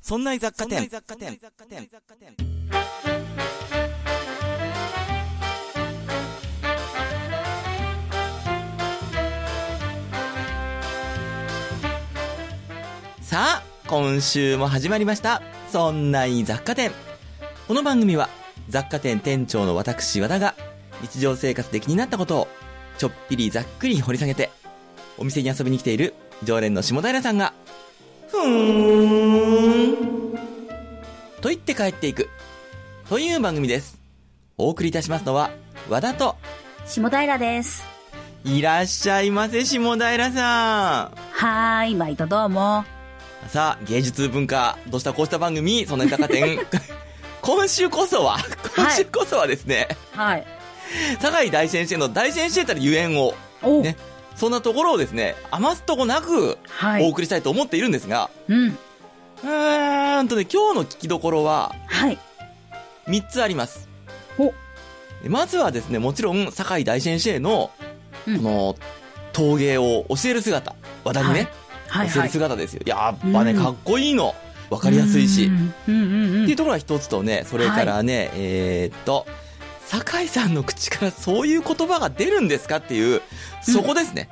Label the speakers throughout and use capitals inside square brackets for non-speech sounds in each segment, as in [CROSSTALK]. Speaker 1: そんな雑貨店。さあ、今週も始まりました。そんない雑貨店。この番組は雑貨店店長の私和田が日常生活で気になったことをちょっぴりざっくり掘り下げてお店に遊びに来ている常連の下平さんがふーんと言って帰っていくという番組ですお送りいたしますのは和田と
Speaker 2: 下平です。
Speaker 1: いらっしゃいませ下平さん
Speaker 2: はーい、毎度どうも。
Speaker 1: さあ、芸術文化、どうしたこうした番組、そんな雑貨店。
Speaker 2: [LAUGHS]
Speaker 1: 今週こそは、今週こそはですね、
Speaker 2: はい。
Speaker 1: 酒井大先生の大先生たるゆえんを、
Speaker 2: お、
Speaker 1: ねそんなところをですね、余すとこなく、
Speaker 2: は
Speaker 1: お
Speaker 2: い。
Speaker 1: 送りしたいと思っているんですが、
Speaker 2: うん。
Speaker 1: うーんとね、今日の聞きどころは、
Speaker 2: はい。
Speaker 1: 3つあります。
Speaker 2: お、
Speaker 1: まずはですね、もちろん、酒井大先生の、
Speaker 2: うん
Speaker 1: この、陶芸を教える姿、話題にね、
Speaker 2: はい
Speaker 1: 教え
Speaker 2: は
Speaker 1: る
Speaker 2: い。
Speaker 1: 姿ですよ。やっぱね、
Speaker 2: うん
Speaker 1: かっこいいの。わかりやすいし
Speaker 2: う。んうんう
Speaker 1: って
Speaker 2: んう。
Speaker 1: いうんところが一つとね、それからね、えーっと、酒井さんの口からそういう言葉が出るんですかっていう、そこですね。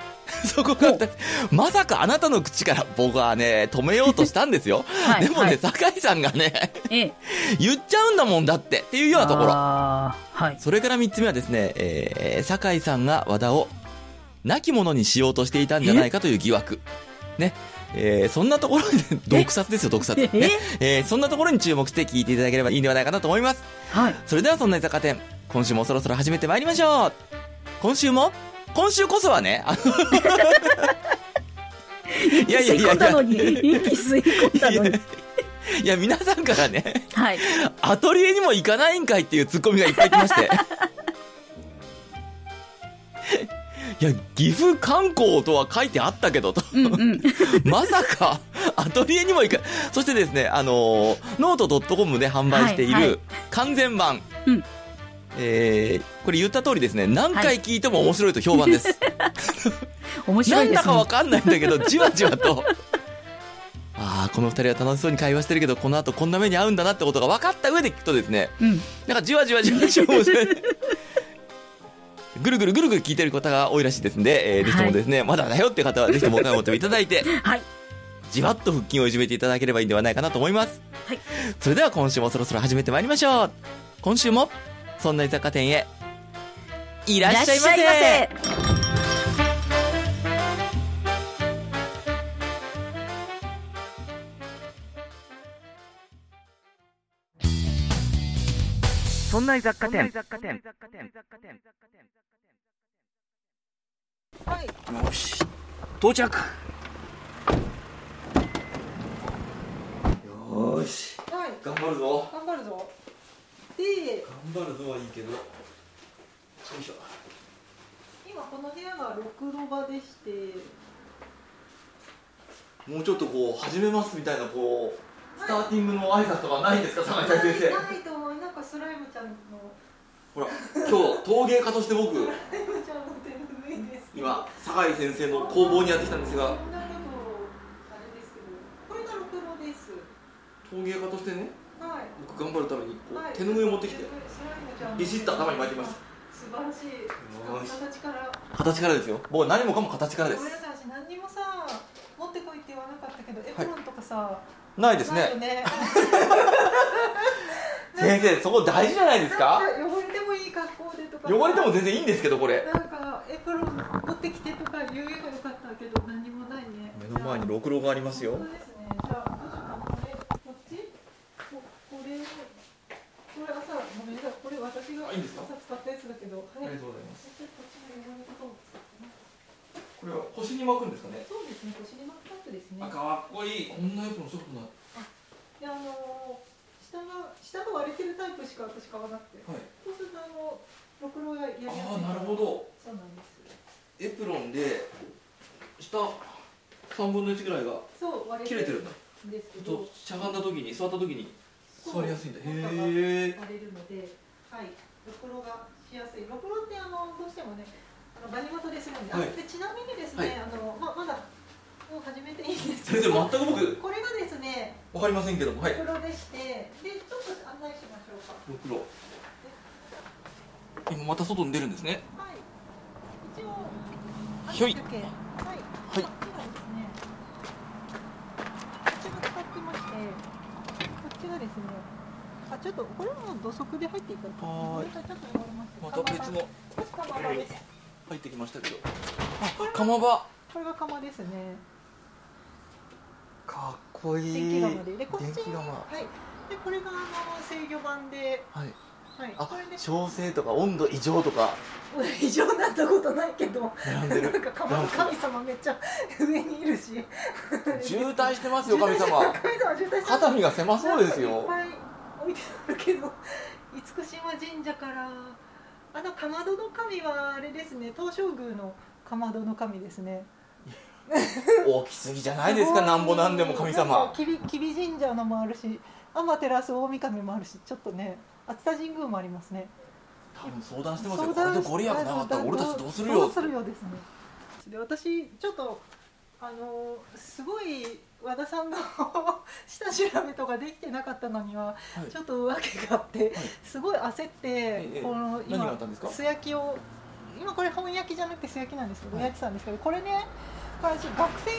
Speaker 1: そこが
Speaker 2: ほう、
Speaker 1: まさかあなたの口から僕はね、止めようとしたんですよ。
Speaker 2: [LAUGHS] はい
Speaker 1: でも
Speaker 2: は
Speaker 1: ね、
Speaker 2: い
Speaker 1: 酒井さんがね、
Speaker 2: ええ。
Speaker 1: 言っちゃうんだもんだってっていうようなところ。
Speaker 2: あーはい。
Speaker 1: それから三つ目はですね、えー、酒井さんが和田を亡き者にしようとしていたんじゃないかという疑惑。ね。えー、そんなところで、毒殺ですよ、毒殺。ね
Speaker 2: え
Speaker 1: えー、そんなところに注目して聞いていただければいいんではないかなと思います。
Speaker 2: はい。
Speaker 1: それではそんな雑貨店、今週もそろそろ始めてまいりましょう。今週も今週こそはね、あのいやいやいや
Speaker 2: 吸い込
Speaker 1: い
Speaker 2: んだ
Speaker 1: や
Speaker 2: のに。息吸い込んだのに。
Speaker 1: いや、皆さんからね、
Speaker 2: はい。
Speaker 1: アトリエにも行かないんかいっていうツッコミがいっぱい来まして。いや、岐阜観光とは書いてあったけどと。
Speaker 2: うんうん。
Speaker 1: [LAUGHS] まさか、アトリエにも行か、そしてですね、あのー、ノート .com で販売してい
Speaker 2: はいはい
Speaker 1: る完全版。
Speaker 2: うん
Speaker 1: えー、これ言った通りですね、何回聞いても面白いと評判です。
Speaker 2: 面白
Speaker 1: ないん
Speaker 2: で
Speaker 1: だ
Speaker 2: す
Speaker 1: かわ
Speaker 2: ね。
Speaker 1: かんないんだけど、じわじわと。ああ、この二人は楽しそうに会話してるけど、この後こんな目に遭うんだなってことが分かった上で聞くとですね、
Speaker 2: うん。
Speaker 1: なんかじわじわじわじわ [LAUGHS] 面白い。ぐるぐるぐるぐる聞いてる方が多いらしいですんで、えー、ぜひともですね、まだだよって方はぜひともお買い求めいただいて、 [LAUGHS]
Speaker 2: はい。
Speaker 1: じわっと腹筋をいじめていただければいいんではないかなと思います。
Speaker 2: はい
Speaker 1: それでは今週もそろそろ始めてまいりましょう。今週も、そんな居酒屋店へ、いらっしゃいませ
Speaker 2: いらっしゃいませ。
Speaker 1: そんな居雑貨店。
Speaker 3: よし到着よーし
Speaker 4: はい、
Speaker 1: 頑張るぞ。
Speaker 4: 頑張るぞ。で、
Speaker 1: 頑張るぞはいいけど。
Speaker 3: よいしょ
Speaker 4: 今この部屋が六度場でして、
Speaker 1: もうちょっとこう、始めますみたいな、こう、スターティングの挨拶とかないんですか、坂井先生。
Speaker 4: ないと思い、なんかスライムちゃんの、
Speaker 1: ほら、今日、陶芸家として僕、
Speaker 4: スライムちゃんの手ぬぐいです。
Speaker 1: 今、坂井先生の工房にやってきたんです
Speaker 4: そんな
Speaker 1: が
Speaker 4: こ、と、あれですけど、これが六度です。
Speaker 1: 陶芸家としてね、
Speaker 4: は
Speaker 1: 僕頑張るために、こ
Speaker 4: い。は
Speaker 1: う
Speaker 4: い、
Speaker 1: 手ぬぐいを持ってきて、
Speaker 4: スライムちゃんの
Speaker 1: ビシッと頭に巻いてます。
Speaker 4: 素晴らしい。
Speaker 1: よし
Speaker 4: 形から、
Speaker 1: 形からですよ。僕は何もかも形からで
Speaker 4: ごめんな
Speaker 1: す。
Speaker 4: さい、私何にもさ、持ってこいって言わなかったけど、エプロンとかさ、
Speaker 1: ないです
Speaker 4: ないよ
Speaker 1: ね。
Speaker 4: ね。
Speaker 1: 先生、そこ大事じゃないですか
Speaker 4: [LAUGHS] なん汚れてもいい格好でとか。
Speaker 1: 汚れても全然いいんですけど、これ。
Speaker 4: なんかエプロン持ってきてとか言えばよかったけど何もないね
Speaker 1: 目の前にろくろがありますよ
Speaker 4: 本。当ですねじゃあどうしようかなこれこっちここれこれ朝ごめんなさいこれ私が
Speaker 1: あいいんですか
Speaker 4: 朝使ったやつだけ
Speaker 1: あ
Speaker 4: ど
Speaker 1: り
Speaker 4: はい
Speaker 1: が
Speaker 4: こ
Speaker 1: とうござい
Speaker 4: っち
Speaker 1: ます。
Speaker 4: の汚れとかを
Speaker 1: これは腰
Speaker 4: 使ってね
Speaker 1: に巻くんですかね。
Speaker 4: そうですね腰に巻くタイプですね
Speaker 1: あ、かっこいい。こんなエプロンしたことない。
Speaker 4: であのー下が下が割れてるタイプしか私買わなくて
Speaker 1: はい。
Speaker 4: そうするとあのろくろがやりやすい
Speaker 1: ああ、なるほど。
Speaker 4: そうなんです
Speaker 1: エプロンで下3分の1ぐらいが
Speaker 4: そう割れ
Speaker 1: 切れてるんだ
Speaker 4: んですけ
Speaker 1: ちょっ
Speaker 4: ど
Speaker 1: としゃがんだ時に座った時に
Speaker 4: そ
Speaker 1: 座
Speaker 4: う
Speaker 1: りやすいんだへえ
Speaker 4: 割れるので、はい、ろくろがしやすい。ろくろってあのどうしてもね、あのバニ股ですもんね。あ
Speaker 1: はい
Speaker 4: でちなみにですね、あのままだもう始めていいですか
Speaker 1: 先生全く僕
Speaker 4: これがですね
Speaker 1: わかりませんけどもはい
Speaker 4: 袋でしてでちょっと案内しましょうか
Speaker 1: 袋今また外に出るんですね
Speaker 4: はい一応
Speaker 1: ひょい
Speaker 4: あれだけはい
Speaker 1: はい
Speaker 4: こっちがですねこっちが使ってましてこっちがですねあちょっとこれも土足で入っていただく
Speaker 1: はーい
Speaker 4: これがちょっと汚れます
Speaker 1: また別の
Speaker 4: これ釜場です
Speaker 1: 入ってきましたけどあ釜場
Speaker 4: これが釜ですね
Speaker 1: かっこいい
Speaker 4: 電気釜ででこっ
Speaker 1: 電
Speaker 4: ち
Speaker 1: 気釜
Speaker 4: はいでこれがあの制御盤で
Speaker 1: はい
Speaker 4: はい
Speaker 1: あ
Speaker 4: これで
Speaker 1: 調整とか温度異常とか
Speaker 4: [LAUGHS] 異常になったことないけど
Speaker 1: 並んで
Speaker 4: [LAUGHS] なん
Speaker 1: る
Speaker 4: か釜の神様めっちゃ [LAUGHS] 上にいるし
Speaker 1: 渋滞してますよ神様
Speaker 4: 神様渋滞して
Speaker 1: 肩身が狭そうです
Speaker 4: いっ
Speaker 1: よ
Speaker 4: ぱい置いてあるけど厳島神社からあのかまどの神はあれですね東照宮のかまどの神ですね
Speaker 1: 大きすぎじゃないですかなんぼなんでも神
Speaker 4: なん
Speaker 1: 様
Speaker 4: か吉備吉備神社のもあるし天照大神もあるしちょっとね熱田神宮もありますね
Speaker 1: 多分相談してますよ
Speaker 4: 相
Speaker 1: これ
Speaker 4: 談
Speaker 1: でご利益なかったら俺たちどうするよ
Speaker 4: どうするよですねで私ちょっとあのすごい和田さんの [LAUGHS] 下調べとかできてなかったのには、
Speaker 1: はい
Speaker 4: ちょっと訳があって、すごい焦って、
Speaker 1: え
Speaker 4: この
Speaker 1: 何があったんですか
Speaker 4: 素焼きを今これ本焼きじゃなくて素焼きなんですけど、やってたんですけどこれねこれ私学生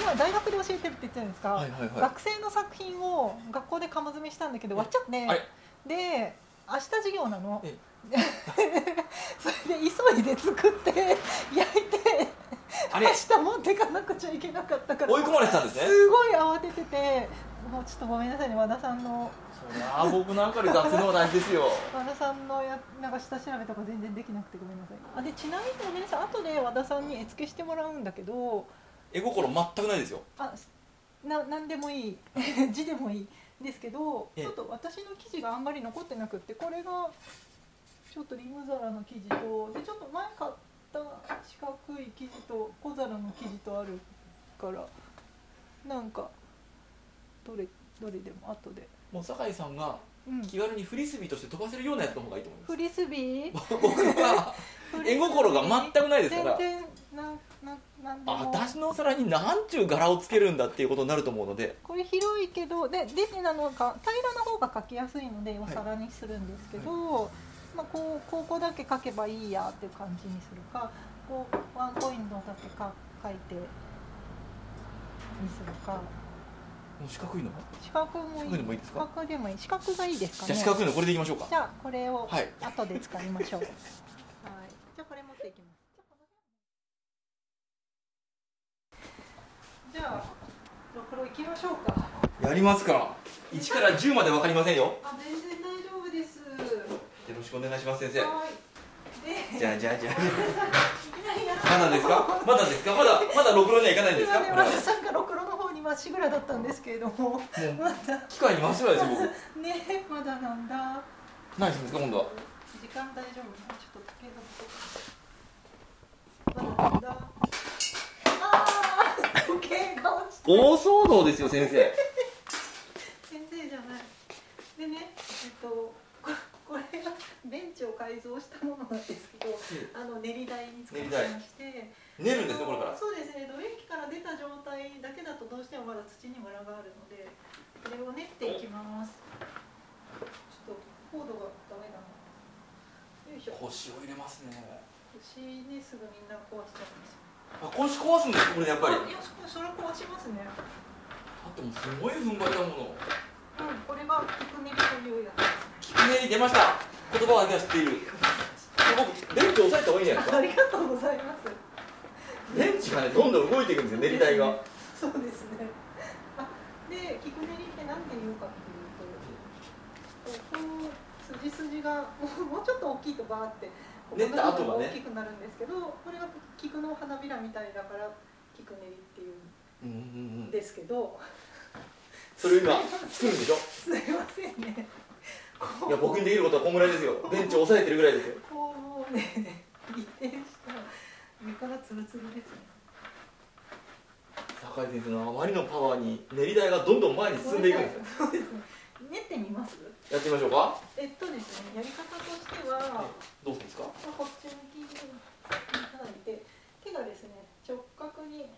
Speaker 4: 今大学で教えてるって言ってるんですか、
Speaker 1: はいはいは
Speaker 4: 学生の作品を学校で釜詰めしたんだけど割っちゃって、
Speaker 1: はい
Speaker 4: で明日授業なの、
Speaker 1: え
Speaker 4: [LAUGHS] それで急いで作って [LAUGHS] 焼いて
Speaker 1: いあれ
Speaker 4: 明日持ってかなくちゃいけなかったから
Speaker 1: 追い込まれてたんですね
Speaker 4: すごい慌てててもうちょっとごめんなさいね和田さんの
Speaker 1: そりゃあ僕なんかで雑のは大事ですよ
Speaker 4: 和田さんのやなんか下調べとか全然できなくてごめんなさいあでちなみにごめんなさい後で和田さんに絵付けしてもらうんだけど
Speaker 1: 絵心全くないですよ
Speaker 4: あな何でもい [LAUGHS] い字でもいいですけど
Speaker 1: ええ
Speaker 4: ちょっと私の記事があんまり残ってなくってこれがちょっとリムザラの記事とでちょっと前買った四角い記事と小皿の記事とあるからなんかどれどれでも後で、
Speaker 1: もう酒井さんが
Speaker 4: うん、
Speaker 1: 気軽にフリスビーとして飛ばせるようなやつの方がいいと思います
Speaker 4: フリスビー
Speaker 1: 僕は [LAUGHS]
Speaker 4: フリス
Speaker 1: 絵
Speaker 4: ビー
Speaker 1: 心が全くないですから
Speaker 4: 全然なんなんなんでも
Speaker 1: 私のお皿に何ちゅう柄をつけるんだっていうことになると思うので
Speaker 4: これ広いけどでデジなのが平らな方が描きやすいのでお皿にするんですけど、まあ、こうここだけ描けばいいやっていう感じにするかこうワンコインのだけか描いてにするか
Speaker 1: もう四角いの
Speaker 4: 四角もいい
Speaker 1: 四角でもいいですか
Speaker 4: 四角でもいい四角がいいですか
Speaker 1: じゃ
Speaker 4: ね
Speaker 1: あ四角いのこれでいきましょうか
Speaker 4: じゃあこれを
Speaker 1: はい
Speaker 4: 後で使いまし
Speaker 1: [LAUGHS]
Speaker 4: ょう、はい、じゃあこれ持っていきますじゃあこれ行きましょうか
Speaker 1: やりますから1から10まで分かりませんよ
Speaker 4: あ、全然大丈夫です。
Speaker 1: よろしくお願いします先生
Speaker 4: はい。で、
Speaker 1: じゃあじゃあじゃ
Speaker 4: いきなりやら
Speaker 1: あまだですかまだですかまだまだろくろにはいかないんですか
Speaker 4: 今ね、
Speaker 1: こ
Speaker 4: 和田さんがろくろの方にまっしぐらだったんですけれども、
Speaker 1: れも
Speaker 4: まだね
Speaker 1: う機械に真っ白ですよ僕、
Speaker 4: まだなんだ。
Speaker 1: 何するんですか今度は
Speaker 4: 時間大丈夫なちょっと時計が。まだなんだ。ああ、時計が落ちて。
Speaker 1: 大騒動ですよ先生
Speaker 4: 先生じゃない。でね、えっと。ここれがベンチを改造したものなんですけど、あの練り台に使ってまして。
Speaker 1: 練るんですねこれから
Speaker 4: そうですね土液から出た状態だけだとどうしてもまだ土にムラがあるのでこれを練っていきますちょっとコードがダメだなよいしょ
Speaker 1: 腰を入れますね
Speaker 4: 腰ねすぐみんな壊しちゃうんですよ
Speaker 1: あ腰壊すんですかこれやっぱりだ
Speaker 4: あいやそそれ壊しますねう
Speaker 1: ってもうすごい踏ん張りだもの
Speaker 4: んこれがピクミルというやつ
Speaker 1: ひねり
Speaker 4: で
Speaker 1: 出ました言葉だけは知っている僕ベンチ押さえた方がいいんじゃないです
Speaker 4: すねありがとうございます
Speaker 1: かベンチがねどんどん動いていくんですよ練り台が
Speaker 4: そうですねあでキクネリって何て言うかっていうとこうこう筋筋がもうもうちょっと大きいとバーってこう
Speaker 1: 練った後はね
Speaker 4: 大きくなるんですけどこれが菊の花びらみたいだからキクネリっていうん [LAUGHS]
Speaker 1: うんうん
Speaker 4: ですけど
Speaker 1: それを今作るんでしょ
Speaker 4: すいませんねこ
Speaker 1: いや僕にできることはこんぐらいですよベンチ押さえてるぐらいですよ
Speaker 4: こうもうね [LAUGHS] 移転した床がツルツルですね
Speaker 1: 酒井先生のあまりのパワーに練り台がどんどん前に進んでいくんですよ
Speaker 4: そうですね練ってみます
Speaker 1: やってみましょうか
Speaker 4: えっとですねやり方としては
Speaker 1: どうするんですか
Speaker 4: こっち向きに叩いて手がですね直角に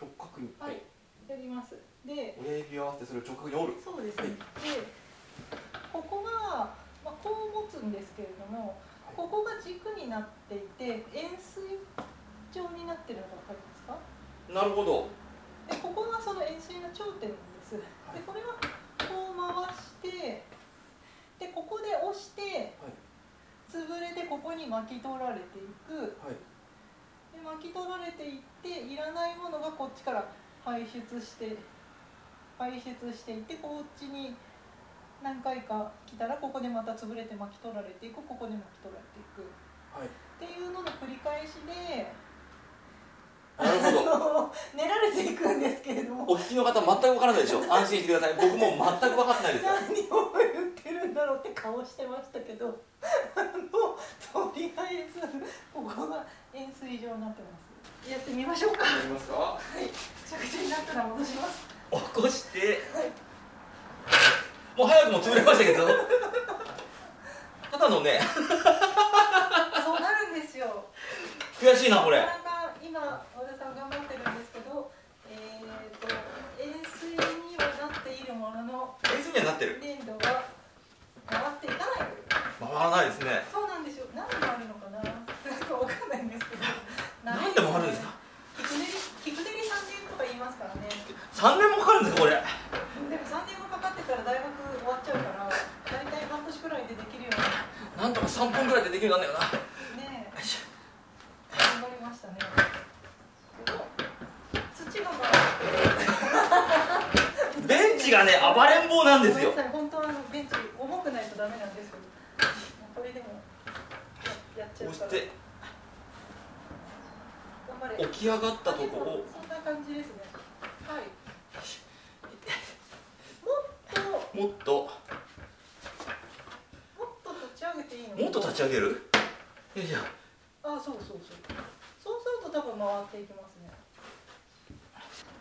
Speaker 3: 直角に
Speaker 4: はいやりますで
Speaker 3: 親指を合わせてそれを直角に折る
Speaker 4: そうですねでここが、まあ、こう持つんですけれどもここが軸になっていて円錐状になってるのが分かりますか
Speaker 3: なるほど
Speaker 4: でここがその円錐の頂点なんですでこれはこう回してでここで押して
Speaker 3: はい
Speaker 4: 潰れてここに巻き取られていく
Speaker 3: はい
Speaker 4: で巻き取られていっていらないものがこっちから排出して排出していってこっちに何回か来たらここでまた潰れて巻き取られていくここで巻き取られていくっ
Speaker 3: はい
Speaker 4: ていうのの繰り返しで [LAUGHS]
Speaker 3: なるほど
Speaker 4: 練られていくんですけれども
Speaker 3: お聞きの方全く分からないでしょ安心してください僕も全く分かんないですよ
Speaker 4: 何を言ってるんだろうって顔してましたけどあのとりあえずここが円錐状になってますやってみましょうか
Speaker 3: やりますか
Speaker 4: はい着地になったら戻します
Speaker 3: 起こしてもう早くも潰れましたけどただのね
Speaker 4: そうなるんですよ
Speaker 3: 悔しいなこれ
Speaker 4: なかなか今和田さん頑張ってるんですけどえー、と円錐にはなっているものの
Speaker 3: 円錐にはなってる
Speaker 4: 粘土が回っていかない
Speaker 3: 回らないですね
Speaker 4: そうなんですよ何でもあるのかななんかわかんないんですけど
Speaker 3: 何でもあるんですか
Speaker 4: キクデリキクデリ3年とか言いますからね
Speaker 3: 3年もかかるんですかこれ
Speaker 4: でも3年もかかってたら大学終わっちゃう
Speaker 3: [LAUGHS]
Speaker 4: から大体半年くらいでできるよう
Speaker 3: なんとか3分ぐらいでできるようになんだよな
Speaker 4: にね
Speaker 3: よいし
Speaker 4: 頑張りましたね土が回
Speaker 3: ょベンチがね暴れん坊なんです
Speaker 4: ごめ
Speaker 3: よ
Speaker 4: んなさい本当はあのベンチ重くないとダメなんですけどこれでもややっちゃ
Speaker 3: こう
Speaker 4: うか
Speaker 3: し
Speaker 4: ら
Speaker 3: て
Speaker 4: 頑張れ
Speaker 3: 起き上がったとこを
Speaker 4: そんな感じですねはい
Speaker 3: [LAUGHS]
Speaker 4: もっと
Speaker 3: もっと
Speaker 4: もっと立ち上げていいの
Speaker 3: もっと立ち上げるいやいや
Speaker 4: あそうそうそうそうすると多分回っていきますね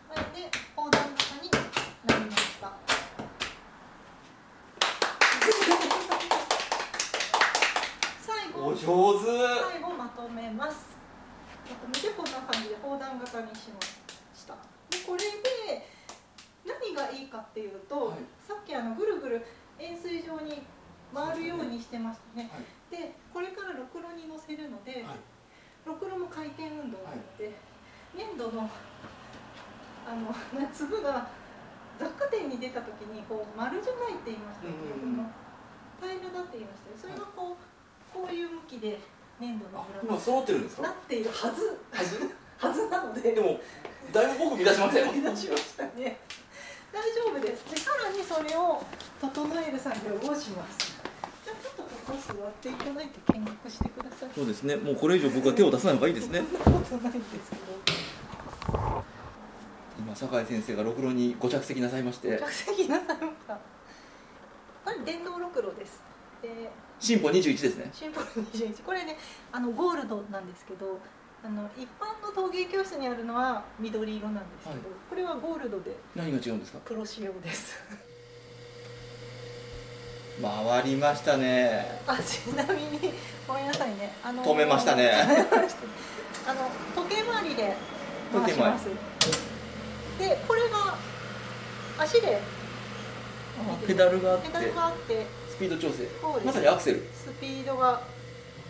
Speaker 4: はいで砲弾型にな
Speaker 3: [LAUGHS]
Speaker 4: りました最後
Speaker 3: お上手
Speaker 4: 最後まとめますまとめてこんな感じで砲弾型にしましたでこれで何がいいかっていうと、
Speaker 3: はい
Speaker 4: さっきあのぐるぐる円錐状に回るようにしてましたねでこれからろくろに乗せるので、
Speaker 3: はい
Speaker 4: ろくろも回転運動なので、粘土のあのな粒が雑貨店に出た時にこう丸じゃないって言いましたよね、
Speaker 3: うんうんうん
Speaker 4: この平らだって言いましたよそれがこう、こういう向きで粘土
Speaker 3: あ今
Speaker 4: の裏が
Speaker 3: 揃ってるんです
Speaker 4: なっ
Speaker 3: か
Speaker 4: ているはずはずなので
Speaker 3: でもだいぶ僕乱しましたよ
Speaker 4: 出しましたね大丈夫ですでさらにそれを整える作業をしますじゃあちょっとここ座っていただいて見学してください
Speaker 1: そうですねもうこれ以上僕は手を出さない方がいいですね
Speaker 4: そんなことないんですけど
Speaker 1: 今酒井先生がろくろにご着席なさいまして
Speaker 4: 着席なさいましたこれ電動ろくろですで
Speaker 1: 進歩21ですね
Speaker 4: シンプル21これねあのゴールドなんですけどあの一般の陶芸教室にあるのは緑色なんですけど、
Speaker 1: はい
Speaker 4: これはゴールドで
Speaker 1: 何が違うんですか
Speaker 4: 黒仕様です [LAUGHS]
Speaker 1: 回りましたね
Speaker 4: あちなみにごめんなさいねあの
Speaker 1: 止めましたね [LAUGHS]
Speaker 4: 止めましたあの時計回りで回しますでこれが足で
Speaker 1: ペダルがあって
Speaker 4: ペダルがあって
Speaker 1: スピード調整
Speaker 4: そうです
Speaker 1: まさにアクセル
Speaker 4: スピードが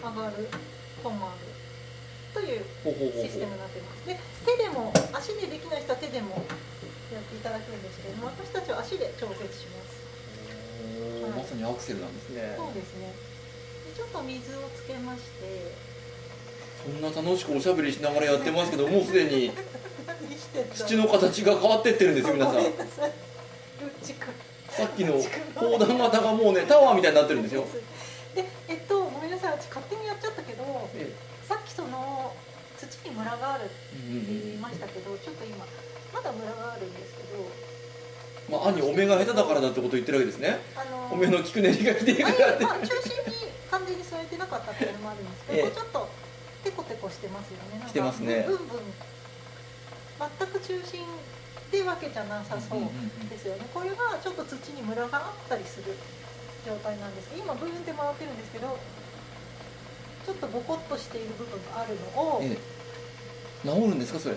Speaker 4: 上がるコマるという
Speaker 1: ほうほうほう
Speaker 4: システムになってますで手でも足でできない人は手でもやっていただくんですけども私たちは足で調節します
Speaker 1: ほうまさにアクセルなんですね
Speaker 4: そうですねでちょっと水をつけまして
Speaker 1: そんな楽しくおしゃべりしながらやってますけどもうすでに
Speaker 4: 何してんだ
Speaker 1: 土の形が変わってってるんですよ皆さん [LAUGHS]
Speaker 4: ごめんなさいルッチ君
Speaker 1: さっきの砲弾型がもうねタワーみたいになってるんですよ
Speaker 4: でえっとごめんなさい私勝手にやっちゃったけど
Speaker 1: え
Speaker 4: さっきその土にムラがあるって
Speaker 1: えうんうん
Speaker 4: 言いましたけどちょっと今まだムラがあるんですけど
Speaker 1: まあ、兄お目が下手だからだってことを言ってるわけですね
Speaker 4: あの
Speaker 1: お目の利くねりが来てるか
Speaker 4: あ
Speaker 1: らっ
Speaker 4: れ
Speaker 1: て
Speaker 4: まあ中心に完全に添えてなかったっていうのもあるんですけど、
Speaker 1: ええ
Speaker 4: ちょっとテコテコしてますよねなんか
Speaker 1: してますね
Speaker 4: ブンブン全く中心でわけじゃなさそうですよねこれがちょっと土にムラがあったりする状態なんです今ブーンって回ってるんですけどちょっとボコッとしている部分があるのを
Speaker 1: ええ治るんですかそれ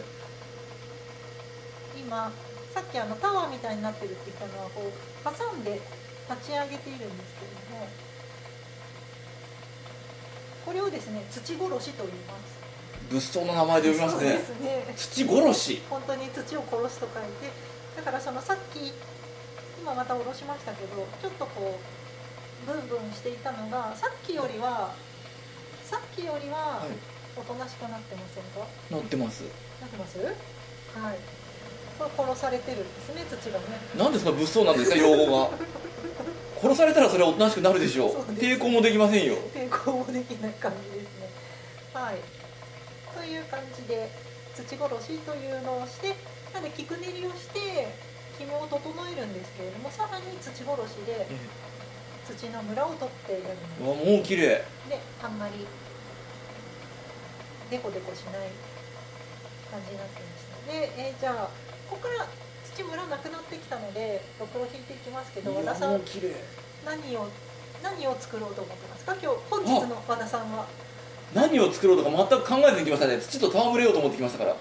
Speaker 4: 今さっきあのタワーみたいになってるって言ったのはこう挟んで立ち上げているんですけれどもこれをですね土殺しと言います
Speaker 1: 物騒な名前で呼びます
Speaker 4: そうで
Speaker 1: ね
Speaker 4: すね
Speaker 1: 土殺し
Speaker 4: 本当に土を殺すと書いてだからそのさっき今また下ろしましたけどちょっとこうブンブンしていたのがさっきよりはさっきよりはおとなしくなってませんか、
Speaker 1: 乗ってます
Speaker 4: なってますはいこれ殺されてるんですね土がね
Speaker 1: 何ですか物騒なんですか用語が殺されたらそれはおとなしくなるでしょう
Speaker 4: そうです
Speaker 1: 抵抗もできませんよ
Speaker 4: 抵抗もできない感じですねはいという感じで土殺しというのをしてなんで菊練りをして肝を整えるんですけれどもさらに土殺しで土のムラを取ってやるんです
Speaker 1: うわもう綺麗
Speaker 4: であんまりデコデコしない感じになってましたで、えーじゃあここから土村なくなってきたのでろくろ引いていきますけど和田さん
Speaker 1: 綺麗
Speaker 4: 何を何を作ろうと思ってますか今日本日の和田さんは
Speaker 1: 何を作ろうとか全く考えずに来ましたね土と戯れようと思ってきましたから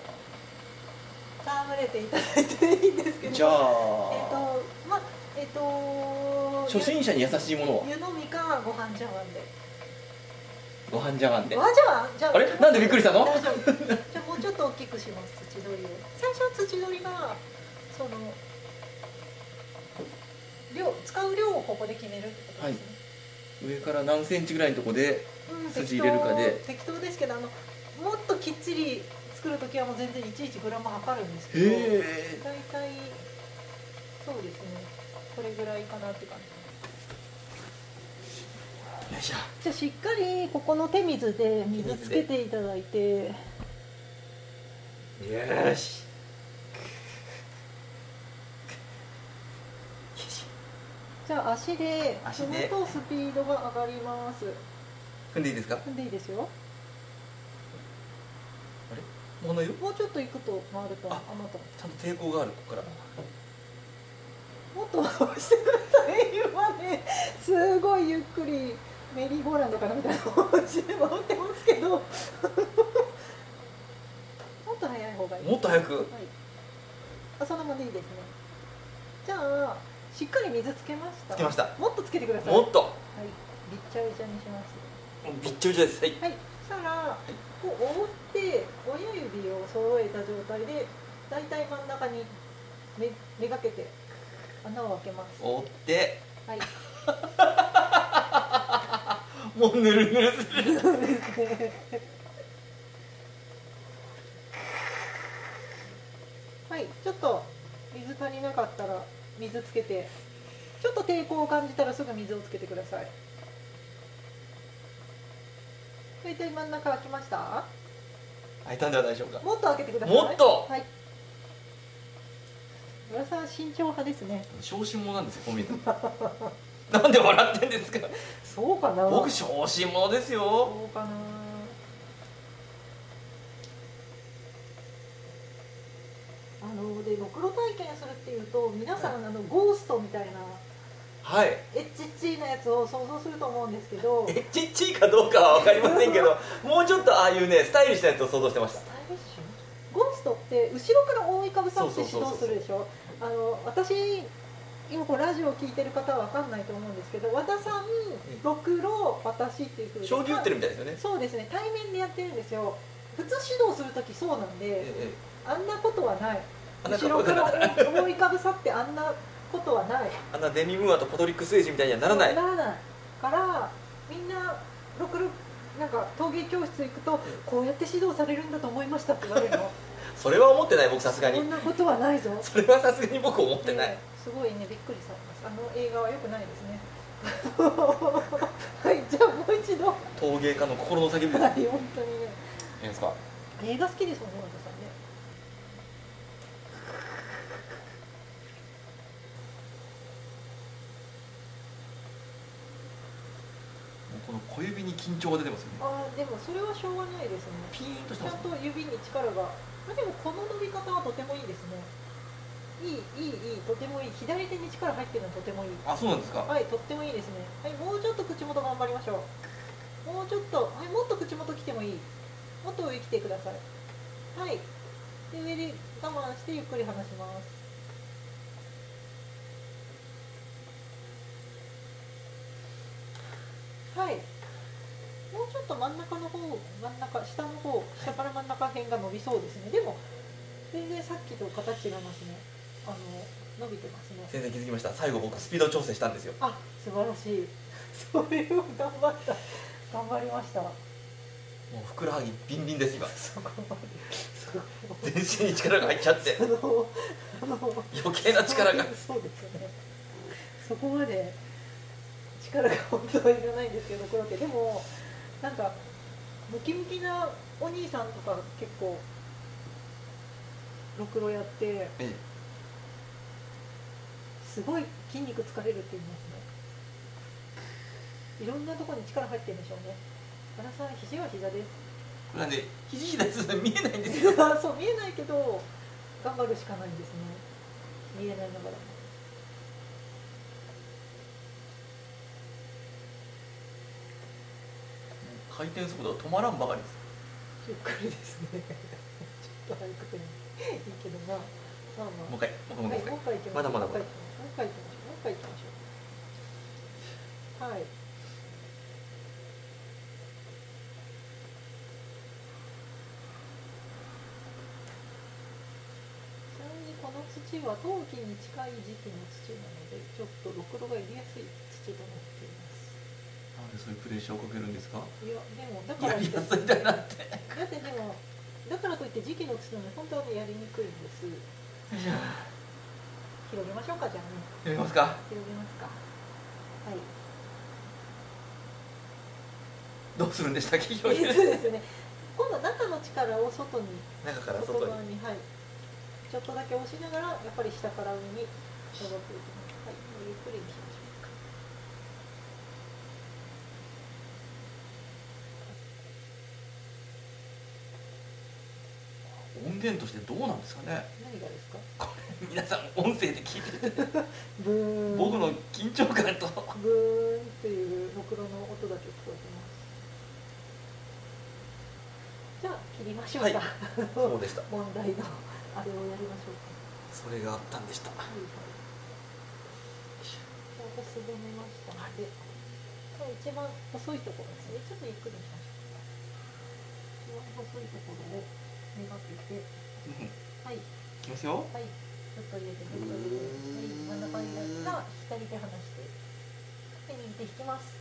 Speaker 4: 戯れていただいていいんですけど
Speaker 1: じゃ
Speaker 4: えっ、
Speaker 1: あ、
Speaker 4: とまあえっ、と
Speaker 1: 初心者に優しいものは
Speaker 4: 湯飲みかご飯茶碗で
Speaker 1: ご飯じゃがんで
Speaker 4: ご飯茶碗じゃ
Speaker 1: あれなんでびっくりしたの
Speaker 4: 大丈夫じゃあもうちょっと大きくします土鳥を最初は土鳥がその量使う量をここで決めるってことですね、
Speaker 1: 上から何センチぐらいのとこで
Speaker 4: うん
Speaker 1: 筋入れるかで
Speaker 4: 適当適当ですけどあのもっときっちり作る時はもう全然いちいちグラム測るんですけど
Speaker 1: へ
Speaker 4: 大体そうですねこれぐらいかなって感じ
Speaker 1: えよいしょ
Speaker 4: じゃあしっかりここの手水で水つけていただいて
Speaker 1: よし
Speaker 4: じゃあ足で
Speaker 1: 足
Speaker 4: 踏
Speaker 1: で
Speaker 4: むとスピードが上がります
Speaker 1: 踏んでいいですか
Speaker 4: 踏んでいいですよ
Speaker 1: 物よ
Speaker 4: もうちょっと行くと回るから
Speaker 1: あ
Speaker 4: あな
Speaker 1: ち
Speaker 4: た
Speaker 1: ゃんと抵抗があるここから
Speaker 4: もっと回してください今ねすごいゆっくりメリーゴーランドかなみたいな感じで回ってますけどもっと早い方がいい、はい、
Speaker 1: もっと早く
Speaker 4: あそのままでいいですねじゃあしっかり水つけました
Speaker 1: つけました
Speaker 4: もっとつけてください
Speaker 1: もっと
Speaker 4: はいびっちゃびちゃにします
Speaker 1: もうびっちょびちょですはい
Speaker 4: はい、そしたら、こう覆って親指を揃えた状態で、だいたい真ん中にめめがけて穴を開けます。
Speaker 1: 折って
Speaker 4: はい。
Speaker 1: もうぬるぬるする
Speaker 4: はい、ちょっと水足りなかったら水つけて、ちょっと抵抗を感じたらすぐ水をつけてください。だいたい真ん中開きました？
Speaker 1: 開いたんではないでしょうか
Speaker 4: もっと開けてください。
Speaker 1: もっと
Speaker 4: はい。村さんは慎重派ですね。
Speaker 1: 小心者なんですよこう見えてもなんで笑ってんですか
Speaker 4: そうかな。
Speaker 1: 僕小心者ですよ
Speaker 4: そうかな。あのでろくろ体験するっていうと皆さんあのゴーストみたいな
Speaker 1: はい
Speaker 4: エッチッチなやつを想像すると思うんですけど
Speaker 1: えちっちいかどうかは分かりませんけどもうちょっとああいうねスタイリッシュなやつを想像してました
Speaker 4: スタイリッシュゴーストって後ろから覆いかぶさって指導するでしょあの私今こうラジオを聞いてる方は分かんないと思うんですけど和田さんろくろ私っていうふうに
Speaker 1: 将棋打ってるみたいですよね
Speaker 4: そうですね対面でやってるんですよ普通指導する時そうなん
Speaker 1: え
Speaker 4: で
Speaker 1: え
Speaker 4: あんなことはない
Speaker 1: あんなこ
Speaker 4: 後
Speaker 1: と
Speaker 4: ろ
Speaker 1: は
Speaker 4: か
Speaker 1: ない
Speaker 4: ら覆いかぶさってあんなことはない
Speaker 1: あんなデミムーアとパトリック・スエイジみたいにはならない
Speaker 4: ならないからみんなろくろなんか陶芸教室行くとこうやって指導されるんだと思いましたって言われるの
Speaker 1: それは思ってない僕さすが
Speaker 4: こ
Speaker 1: に
Speaker 4: んなことはないぞ。
Speaker 1: それはさすがに僕思ってない
Speaker 4: ねすごいねびっくりされます。あの映画は良くないですね。 [LAUGHS] はい、じゃあもう一度。は
Speaker 1: 陶芸家の心の叫びですい
Speaker 4: い、本当にね。
Speaker 1: いですか
Speaker 4: 映画好きですもんね、本田さんね。
Speaker 1: もうこの小指に緊張が出てますよね
Speaker 4: ああ、でもそれはしょうがないですね。
Speaker 1: ピーンとし
Speaker 4: ち
Speaker 1: て
Speaker 4: ゃ
Speaker 1: ます
Speaker 4: んと指に力が。あでもこの伸び方はとてもいいですね。いい、いい、いい、とてもいい。左手に力入ってるのはとてもいい。
Speaker 1: あそうなんですか
Speaker 4: はい、とってもいいですね。はい、もうちょっと口元頑張りましょう。もうちょっと、はい、もっと口元来てもいい。もっと上来てください。はい。で上で我慢してゆっくり離しますはいもうちょっと真ん中の方真ん中下の方下から真ん中辺が伸びそうですねでも全然さっきと形がますねあの伸びてますね
Speaker 3: 先生気づきました最後僕スピード調整したんですよ
Speaker 4: あ、素晴らしい。 [LAUGHS] それを頑張った。頑張りました。
Speaker 3: もうふくらはぎビンビンです今
Speaker 4: そこまで。そこ
Speaker 3: 全身に力が入っちゃって
Speaker 4: あの、あの、
Speaker 3: 余計な力 [LAUGHS] が
Speaker 4: [LAUGHS] そうですよね。そこまで力が本当はいらないんですけど、コロッケ。でもなんかムキムキなお兄さんとか結構ろくろやって
Speaker 3: え
Speaker 4: すごい筋肉疲れるって言いますねいろんなところに力入ってるんでしょうね原さん肘は膝です
Speaker 3: えなんで肘ひだすの見えないんですよ
Speaker 4: [LAUGHS] そう見えないけど頑張るしかないんですね見えないながらも
Speaker 3: 回転速度が止まらんばかりです
Speaker 4: ゆっくりですね [LAUGHS] ちょっと早くてもいいけどまあまあ
Speaker 3: もう
Speaker 4: ま
Speaker 3: 一
Speaker 4: あ
Speaker 3: 回もう
Speaker 4: はい
Speaker 3: 一回もう一回
Speaker 4: もう一回行きましょ
Speaker 3: まだ
Speaker 4: う
Speaker 3: まだまだ
Speaker 4: もう一回行きましょうもう一回行きましょうはいちなみにこの土は陶器に近い時期の土なのでちょっとろくろが入れやすい土となっています
Speaker 3: なんでそういうプレッシャーをかけるんですか
Speaker 4: いやでもだから
Speaker 3: や
Speaker 4: って
Speaker 3: りやすいだなって
Speaker 4: だってでもだからといって時期の土なので本当にやりにくいんです広げましょうかじゃあね
Speaker 3: やりますか
Speaker 4: 広げますかはい
Speaker 3: どうするんでしたっけ
Speaker 4: そうですね。今度は中の力を外に
Speaker 3: 中から
Speaker 4: 外
Speaker 3: 外に
Speaker 4: 側にはい。ちょっとだけ押しながらやっぱり下から上に登っていきます。はい、もうゆっくりにしましょうか。
Speaker 3: 音源としてどうなんですかね
Speaker 4: 何がですか？
Speaker 3: これ [LAUGHS] 皆さん音声で聞いてて
Speaker 4: ブーン。
Speaker 3: 僕の緊張感と
Speaker 4: ブーンっていうろくろの音だけ聞こえてます。じゃあ切りましょうか。
Speaker 3: はいそうでした
Speaker 4: 問題のあれをやりましょうか。
Speaker 3: それがあったんでした
Speaker 4: はいはい。ちょうどすぼめましたので、これ一番細いところですね。ちょっとゆっくりにしましょう。一番細いところをめがけて、
Speaker 3: うんい
Speaker 4: はい、
Speaker 3: きますよ
Speaker 4: はい、ちょっと入れて、ちょっと入れて、はい、真ん中に入れたら左手離して、で右手引きます。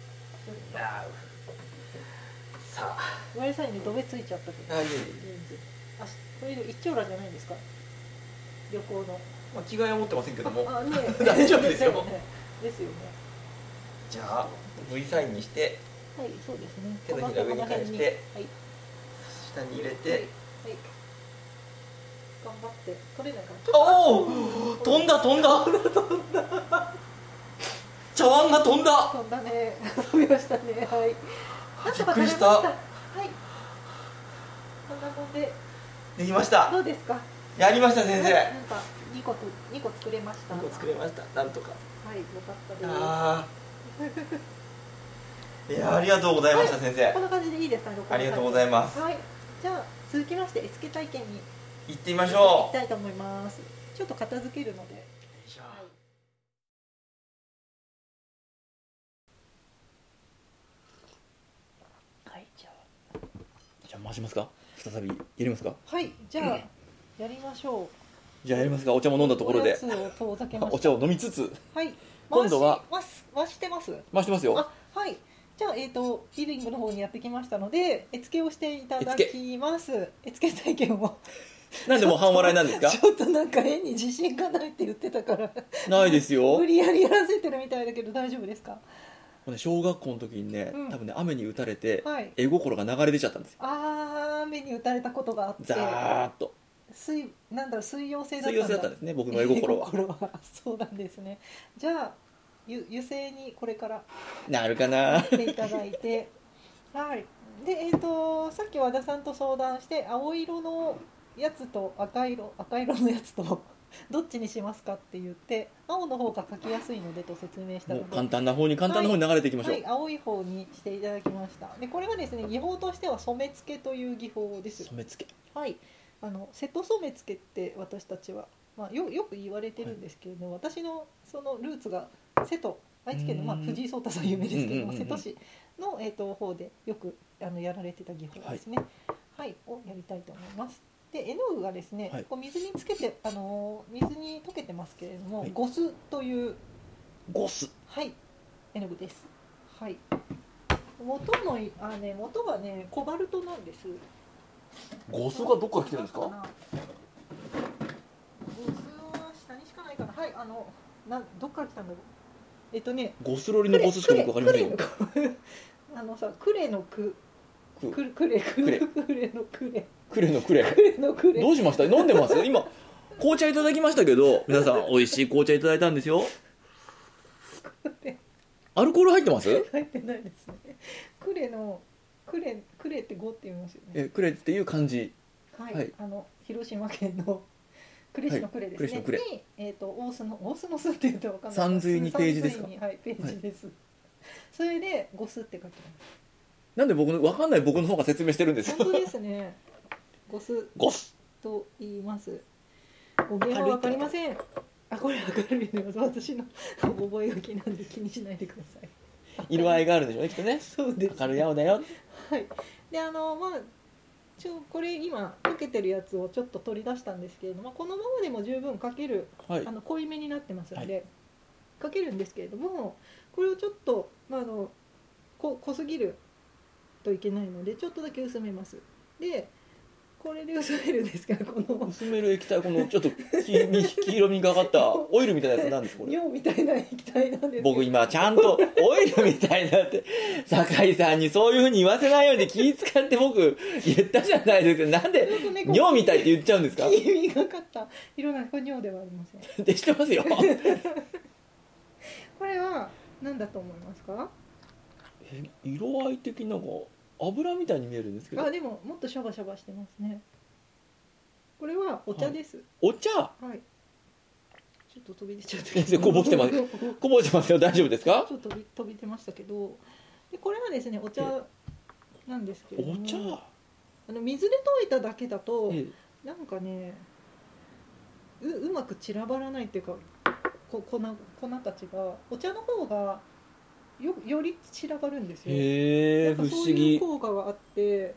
Speaker 3: あーさあ
Speaker 4: ごめんなさいね、ドベついちゃったけど。
Speaker 3: あいえいえ
Speaker 4: レンズあ、これ一丁羅じゃないんですか？旅行の。
Speaker 3: まあ、着替えは持ってませんけども
Speaker 4: あ、ね
Speaker 3: [LAUGHS] 大丈夫ですよ
Speaker 4: [LAUGHS] ですよね。
Speaker 3: じゃあ V サインにして
Speaker 4: はい、そうですね。
Speaker 3: 手のひら上に返して
Speaker 4: はい。
Speaker 3: 下に入れ
Speaker 4: はい
Speaker 3: て。
Speaker 4: 頑張って、取れないかな。ちょっ
Speaker 3: おお飛んだ飛んだ飛んだ [LAUGHS] 茶碗が飛んだ
Speaker 4: と飛んだね。飛びましたね。はい。なんとか
Speaker 3: び
Speaker 4: 取れま
Speaker 3: っ
Speaker 4: は
Speaker 3: くり
Speaker 4: い。こんなもんで、
Speaker 3: できました
Speaker 4: どうですか。
Speaker 3: やりました先
Speaker 4: は
Speaker 3: [LAUGHS]
Speaker 4: いな
Speaker 3: 生
Speaker 4: んか、二個と、二個作れました。
Speaker 3: 一
Speaker 4: はい、
Speaker 3: 個
Speaker 4: よ
Speaker 3: 作れましたなんとか
Speaker 4: かったです。は
Speaker 3: ああいやありがとうございました先生
Speaker 4: いこんな感じでいいですか。
Speaker 3: ありがとうございます
Speaker 4: はい。じゃあ、続きまして、絵付け体験に
Speaker 3: 行ってみまし
Speaker 4: 行
Speaker 3: ょ
Speaker 4: き
Speaker 3: う
Speaker 4: たいと思います。ちょっと片付けるので。はいはい、じゃあ。
Speaker 1: じゃあ回しますか再びやりますか
Speaker 4: はい、じゃあ、やりましょう。
Speaker 1: じゃあやりますかお茶も飲んだところ
Speaker 4: おや
Speaker 1: で
Speaker 4: つを遠ざけま
Speaker 1: お
Speaker 4: した。
Speaker 1: 茶を飲みつつ
Speaker 4: はい。
Speaker 1: 今度は
Speaker 4: 回します。回してます。
Speaker 1: 回してますよ
Speaker 4: あ、はい。じゃあ、えっ、と、リビングの方にやってきましたので、絵付けをしていただきます。絵付け体験を。
Speaker 1: なんでもう半笑いなんですか
Speaker 4: ちょっとなんか絵に自信がないって言ってたから、
Speaker 1: ないですよ
Speaker 4: 無理やりやらせてるみたいだけど、大丈夫ですか。
Speaker 1: もうね小学校の時にね、
Speaker 4: うん
Speaker 1: 多分ね雨に打たれて、
Speaker 4: はい。
Speaker 1: 絵心が流れ出ちゃったんですよ
Speaker 4: あー、目に打たれたことがあって
Speaker 1: ザ。ーッと
Speaker 4: 水、なんだろう、水溶性だった
Speaker 1: 水
Speaker 4: ん
Speaker 1: 曜
Speaker 4: だ。
Speaker 1: 性だったんですね僕の絵心
Speaker 4: [LAUGHS]
Speaker 1: は
Speaker 4: そうなんですねじゃあゆ油性にこれから
Speaker 1: なるかな
Speaker 4: していただいてはいでえっ、とさっき和田さんと相談して青色のやつと赤色赤色のやつと [LAUGHS] どっちにしますかって言って青の方が描きやすいのでと説明した
Speaker 1: もう
Speaker 4: ので
Speaker 1: 簡単な方に簡単な方に流れていきましょう、
Speaker 4: はい、青い方にしていただきましたでこれはですね技法としては染付という技法です
Speaker 1: 染付
Speaker 4: はい、あの瀬戸染付って私たちは、まあ、よよく言われてるんですけれども、私のそのルーツが瀬戸愛知県の、まあ、
Speaker 1: うん
Speaker 4: 藤井聡太さん有名です
Speaker 1: う
Speaker 4: けど
Speaker 1: んうんうんう
Speaker 4: も
Speaker 1: ん
Speaker 4: 瀬戸市の、えー、と方でよくあのやられてた技法ですね、はいをやりたいと思います。で絵の具がですね、
Speaker 1: はい
Speaker 4: こう水につけて、あのー水に溶けてますけれども、
Speaker 1: はい
Speaker 4: ゴスという
Speaker 1: ゴス
Speaker 4: はい、絵の具です。はい。元のいあね元がねコバルトなんです。
Speaker 3: ゴスがどっから来てるんです
Speaker 4: ゴス
Speaker 3: か
Speaker 4: は下にしかないかな。はい、あのなんどっから来たんだろう。えっとね、
Speaker 1: ゴスロリのゴスしか僕わかりませんよ
Speaker 4: クレ [LAUGHS] クレのあのさクレのク
Speaker 1: ク
Speaker 4: クレクレク [LAUGHS]
Speaker 1: レ
Speaker 4: レクレのクレ
Speaker 1: クレのクレ
Speaker 4: クレのクレ
Speaker 1: どうしました飲んでます今紅茶いただきましたけど皆さん [LAUGHS] 美味しい紅茶いただいたんですよアルコール入ってます
Speaker 4: 入ってないですね。クレのクレクレって五って言いますよね。
Speaker 1: えクレっていう漢字
Speaker 4: はい、
Speaker 1: はい
Speaker 4: あの広島県の [LAUGHS] 呉市の呉で
Speaker 1: はい呉
Speaker 4: すね。
Speaker 1: 市の呉
Speaker 4: にえっ、と大須の大須の巣って言うとわかんない。
Speaker 1: 山水にページですか
Speaker 4: 山水にはいページです。 [LAUGHS] それで五須って書きま
Speaker 1: なんで僕のわかんない僕の方が説明してるんです
Speaker 4: す。
Speaker 1: よ
Speaker 4: 本当ですね。五須
Speaker 1: [LAUGHS] ゴス
Speaker 4: と言います。語源はわかりません。あこれ明るいのよ私の [LAUGHS] 覚え書きなんで気にしないでください。
Speaker 1: 色合いがあるんでしょうねきっとね
Speaker 4: そうです。
Speaker 1: 明るい青だよ
Speaker 4: はい、であのまあちょこれ今溶けてるやつをちょっと取り出したんですけれどもこのままでも十分かける、
Speaker 1: はい
Speaker 4: あの濃いめになってますので、かけるんですけれどもこれをちょっと、まあ、あのこ濃すぎるといけないのでちょっとだけ薄めますでこれで薄めるんですがこの
Speaker 1: 薄める液体このちょっと黄み黄色みがかったオイルみたいなやつなんですこれ
Speaker 4: 尿みたいな液体なんですけど
Speaker 1: 僕今ちゃんとオイルみたいになって [LAUGHS] 酒井さんにそういうふうに言わせないように気使って僕言ったじゃないですかなん [LAUGHS] で
Speaker 4: よくねこう
Speaker 1: 尿みたいって言っちゃうんですか
Speaker 4: 黄身がかった色なんですこれ尿ではありません
Speaker 1: でしてます [LAUGHS] よ
Speaker 4: これは何だと思いますか
Speaker 1: え色合い的なんか油みたいに見えるんですけど
Speaker 4: あでももっとシャバシャバしてますねこれはお茶です
Speaker 1: お茶
Speaker 4: はい、ちょっと飛び出ちゃった
Speaker 1: 先生こぼして
Speaker 4: [LAUGHS]
Speaker 1: ます
Speaker 4: ちょ
Speaker 1: こぼしてますよ大丈夫ですか
Speaker 4: っと飛び飛び出ましたけどでこれはですねお茶なんですけれど
Speaker 1: お
Speaker 4: も
Speaker 1: 茶
Speaker 4: あの水で溶いただけだと
Speaker 1: え
Speaker 4: なんかねううまく散らばらないっていうかこ粉粉たちがお茶の方がよより散らばるんですよ
Speaker 1: へ
Speaker 4: な
Speaker 1: え不
Speaker 4: んかそ
Speaker 1: 思
Speaker 4: ういう
Speaker 1: 議
Speaker 4: 効果があって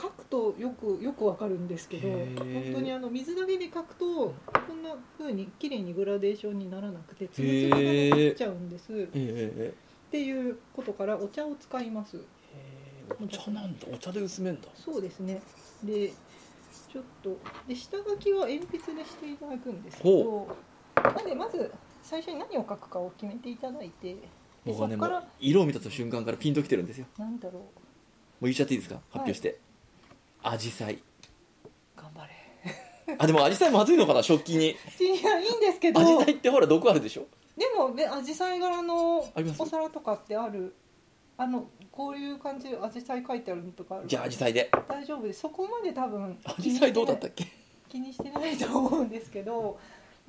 Speaker 4: 書くとよくよくわかるんですけど
Speaker 1: へー
Speaker 4: 本当にあの水だけで書くとこんな風に綺麗にグラデーションにならなくてつぶつぶが残っちゃうんですっ
Speaker 1: えええ
Speaker 4: ていうことからお茶を使います
Speaker 1: えへえお茶なんだお茶で薄めんだ
Speaker 4: そうですねでちょっとで下書きは鉛筆でしていただくんですけどなんでまず最初に何を書くかを決めていただいてで
Speaker 1: 僕
Speaker 4: そ
Speaker 1: はね
Speaker 4: こ
Speaker 1: も
Speaker 4: か
Speaker 1: う
Speaker 4: ら
Speaker 1: 色を見た瞬間からピンときてるんですよ
Speaker 4: なんだろう
Speaker 1: もう言っちゃっていいですか発表して紫陽花
Speaker 4: 頑張れ
Speaker 1: あでも紫陽花まずいのかな食器に
Speaker 4: いやいいんですけど
Speaker 1: 紫陽花ってほら毒あるでしょ
Speaker 4: でもね、アジサイ柄の
Speaker 1: あります
Speaker 4: お皿とかってある。あの、こういう感じでアジサイ書いてあるのとかある。
Speaker 1: じゃあ紫陽花で
Speaker 4: 大丈夫です。そこまで多分。
Speaker 1: 紫陽花どうだったっけ
Speaker 4: 気にしてないと思うんですけど。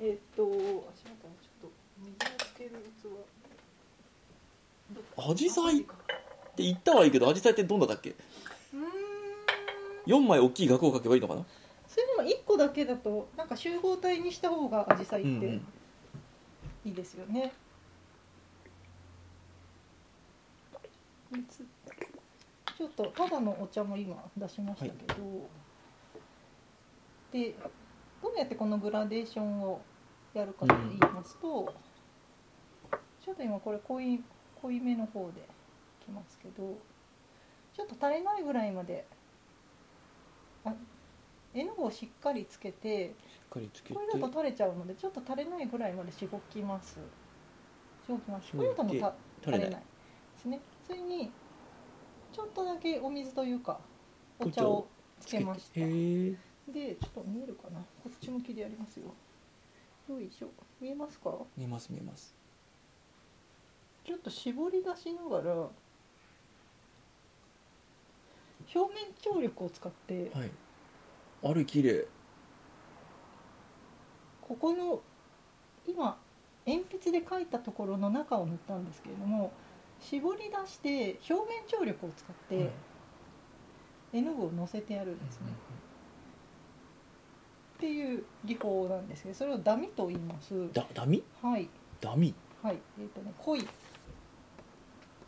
Speaker 4: えっと、あしまったちょっと、水をつける器。
Speaker 1: 紫陽花って言ったはいいけど紫陽花ってどんなだっけ
Speaker 4: うーん。
Speaker 1: 4枚大きい額を書けばいいのかな
Speaker 4: それでも一個だけだと、なんか集合体にした方がアジサイっ
Speaker 1: うんう
Speaker 4: て
Speaker 1: ん。
Speaker 4: いいですよね。水ちょっとただのお茶も今出しましたけど、でどうやってこのグラデーションをやるかと言いますと、ちょっと今これ濃い濃いめの方できますけどちょっと垂れないぐらいまであ絵の具をしっかりつけて
Speaker 1: しっかりつけ
Speaker 4: これだと垂れちゃうのでちょっと垂れないぐらいまでしごきますしごきます
Speaker 1: し
Speaker 4: こ
Speaker 1: ごい
Speaker 4: れ
Speaker 1: て
Speaker 4: だともうた
Speaker 1: 垂れ
Speaker 4: 垂れ
Speaker 1: な
Speaker 4: ないいですねそれにちょっとだけお水というか
Speaker 1: お
Speaker 4: お
Speaker 1: 茶
Speaker 4: 茶
Speaker 1: を
Speaker 4: をつけました
Speaker 1: へ
Speaker 4: で
Speaker 1: え
Speaker 4: ちょっと見えるかなこっち向きでやりますよよいしょ見えますか
Speaker 1: 見えます見えます
Speaker 4: ちょっと絞り出しながら表面張力を使って
Speaker 1: はいあれ綺麗
Speaker 4: ここの今鉛筆で描いたところの中を塗ったんですけれども絞り出して表面張力を使って絵の具をのせてやるんですね、
Speaker 1: う
Speaker 4: っていう技法なんですけどそれをダミと言います
Speaker 1: だダミ
Speaker 4: はい
Speaker 1: ダミ
Speaker 4: はいえっ、とね恋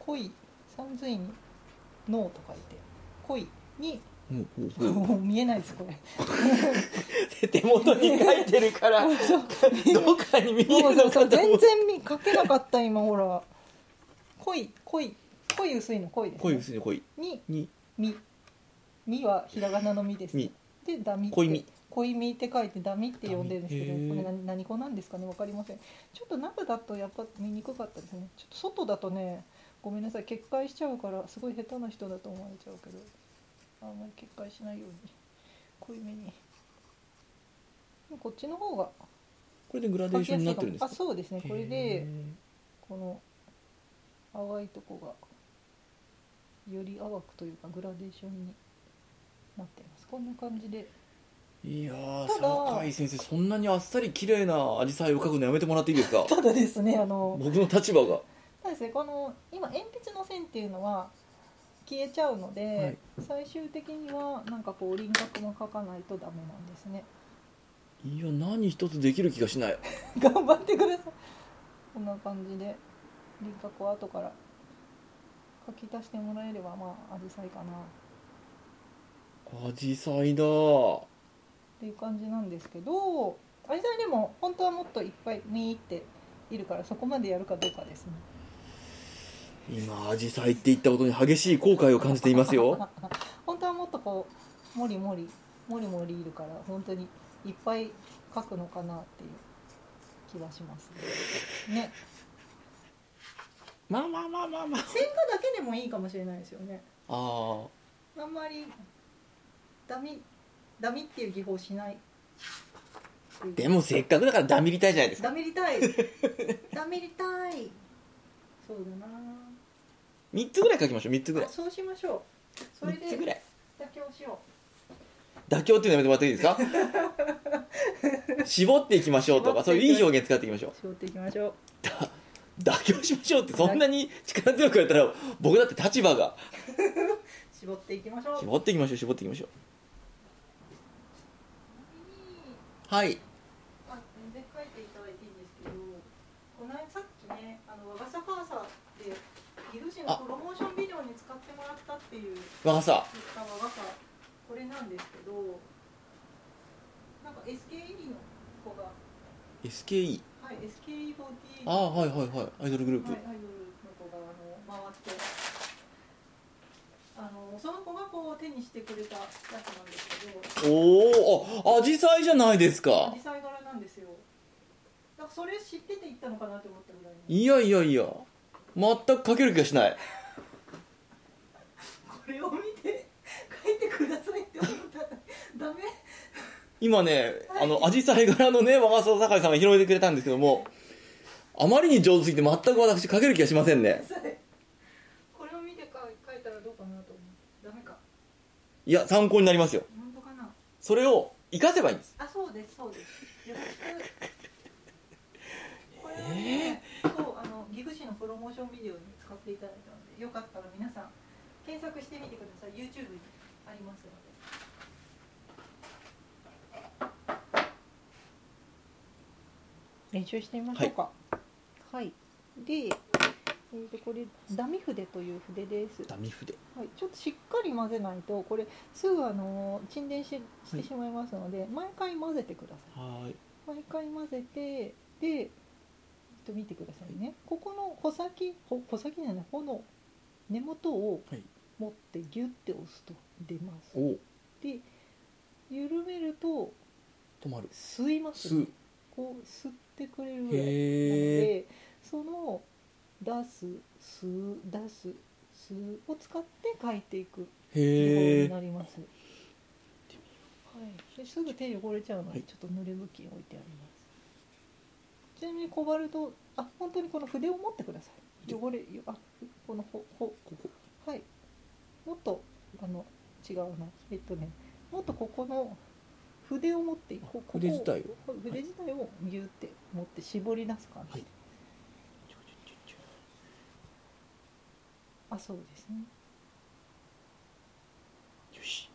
Speaker 4: 恋三髄に脳と書いて恋に
Speaker 1: うんうん
Speaker 4: [LAUGHS]
Speaker 1: うん
Speaker 4: もう見えないです
Speaker 1: [LAUGHS]
Speaker 4: これ
Speaker 1: 手元に書いてる
Speaker 4: [LAUGHS]
Speaker 1: からど
Speaker 4: そう
Speaker 1: っかに見え
Speaker 4: もう
Speaker 1: るの
Speaker 4: そうそ
Speaker 1: か
Speaker 4: う
Speaker 1: と思
Speaker 4: 全
Speaker 1: う
Speaker 4: 然見書けなかった今ほら恋恋恋薄いの恋です、ね、
Speaker 1: 恋薄いの恋
Speaker 4: に
Speaker 1: に
Speaker 4: みみはひらがなのみですね
Speaker 1: み
Speaker 4: でダミって
Speaker 1: 恋み
Speaker 4: 恋みって書いてダミって呼んでるんですけ
Speaker 1: ダミへー
Speaker 4: どこれ何何語なんですかねわかりませんちょっと中だとやっぱ見にくかったですねちょっと外だとねごめんなさい決壊しちゃうからすごい下手な人だと思われちゃうけどあんまり決壊しないように濃いめにこっちの方が
Speaker 1: これでグラデ
Speaker 4: 書
Speaker 1: ー
Speaker 4: き
Speaker 1: ション
Speaker 4: や
Speaker 1: に
Speaker 4: すい
Speaker 1: な
Speaker 4: か
Speaker 1: ってるんで
Speaker 4: も
Speaker 1: す
Speaker 4: あ
Speaker 1: か
Speaker 4: そうですねこれ
Speaker 1: へ
Speaker 4: で
Speaker 1: ー
Speaker 4: この淡いとこがより淡くというかグラデーションになっていますこんな感じで
Speaker 1: いやー
Speaker 4: ただ
Speaker 1: 坂井先生そんなにあっさり綺麗な紫陽花を描くのやめてもらっていいです
Speaker 4: [LAUGHS]
Speaker 1: か
Speaker 4: ただですねあの
Speaker 1: 僕の立場が
Speaker 4: ただですねこの今鉛筆の線っていうのは消えちゃうので、最終的にはなんかこう輪郭も描かないとダメなんですね [LAUGHS]
Speaker 1: いや何一つできる気がしない
Speaker 4: 頑張ってくださいこんな感じで輪郭を後から書き足してもらえればまあアジサイかな
Speaker 1: アジサイだー
Speaker 4: っていう感じなんですけどアジサイでも本当はもっといっぱい見入っているからそこまでやるかどうかですね
Speaker 1: 今アジサイって言ったことに激しい後悔を感じています
Speaker 4: [LAUGHS]
Speaker 1: よ
Speaker 4: 本当はもっとこうもりもりもりもりいるから本当にいっぱい書くのかなっていう気がしますねね
Speaker 1: まあまあまあまあまあ
Speaker 4: 線画だけでもいいかもしれないですよね
Speaker 1: あー
Speaker 4: あんまりダミダミっていう技法しないっていう
Speaker 1: でもせっかくだからダミりたいじゃないですか
Speaker 4: ダメ
Speaker 1: [LAUGHS]
Speaker 4: りたいダメりたいそうだな
Speaker 1: 3つぐらい描きましょう3つぐら
Speaker 4: あ
Speaker 1: い
Speaker 4: そうしましょうそれで
Speaker 1: 3つぐらい
Speaker 4: 妥協しよ
Speaker 1: 妥協っていうのやめてもらっていいですか絞っていきましょうとかそういういい表現使っていきましょう
Speaker 4: う絞っていきましょう
Speaker 1: だ妥協しましょうってそんなに力強くやったら僕だって立場が
Speaker 4: 絞っていきましょう
Speaker 1: 絞っていきましょう絞っていきましょうはい
Speaker 4: あ全然書いていただいていいんですけどこの間さっきねあの和傘カーサで岐阜市の
Speaker 1: あ
Speaker 4: プロモーションビデオに使ってもらったっていう言
Speaker 1: 若さ
Speaker 4: った和傘これなんですけどなんか SKE の子が、
Speaker 1: SKE
Speaker 4: はい、SKE48
Speaker 1: ああはいはいはいアイドルグループ
Speaker 4: はい、アイドルの子があの回ってあのその子がこう手にしてくれたやつなんですけど
Speaker 1: おおあアジサイじゃないですか
Speaker 4: 実際柄なんですよなんかそれ知ってて行ったのかなと思ったぐらいに
Speaker 1: いやいやいや全く描ける気がしない
Speaker 4: これを見て書いてくださいって思ったらダメ
Speaker 1: 今ねあのアジサイ柄のね若さ酒井さんが広げてくれたんですけどもあまりに上手すぎて全く私描ける気がしませんね
Speaker 4: それこれを見てか書いたらどうかなと思うダメか
Speaker 1: いや参考になりますよ
Speaker 4: 本当かな
Speaker 1: それを活かせばいいんです
Speaker 4: あそうですそうですよろしくこれはね、そうあの岐阜市のプロモーションビデオに使っていただいたのでよかったら皆さん検索してみてください YouTube にありますので練習してみましょうかはい、で、えーとこれダミ筆という筆です
Speaker 1: ダミ筆
Speaker 4: はい、ちょっとしっかり混ぜないとこれすぐあのー沈殿ししてしまいますので、毎回混ぜてくださ
Speaker 1: はい
Speaker 4: い毎回混ぜてで、えっと、見てくださいねここの穂先ほ穂先じゃない穂の根元を
Speaker 1: はい
Speaker 4: 持ってギュッて押すと出ます、
Speaker 1: お
Speaker 4: で緩めると
Speaker 1: 止まる
Speaker 4: 吸います、
Speaker 1: す
Speaker 4: こう吸ってくれるぐらいなの
Speaker 1: へえ
Speaker 4: でその出す吸う出す吸うを使って書いていく
Speaker 1: へ
Speaker 4: に
Speaker 1: え
Speaker 4: なります。はい、ですぐ手汚れちゃうの
Speaker 1: は
Speaker 4: で、
Speaker 1: い
Speaker 4: ちょっと濡れ布巾置いてあります。ちなみにコバルト、あ、本当にこの筆を持ってください。
Speaker 1: 筆
Speaker 4: 汚れ、よあ、このほ、ほ、はい。もっと、あの、違うな、えっとね、もっとここの。筆を持って、ここを
Speaker 1: 筆自体を
Speaker 4: こ筆自体をギュって持って絞り出す感じ。
Speaker 1: はい
Speaker 4: あ、そうですね。
Speaker 1: よし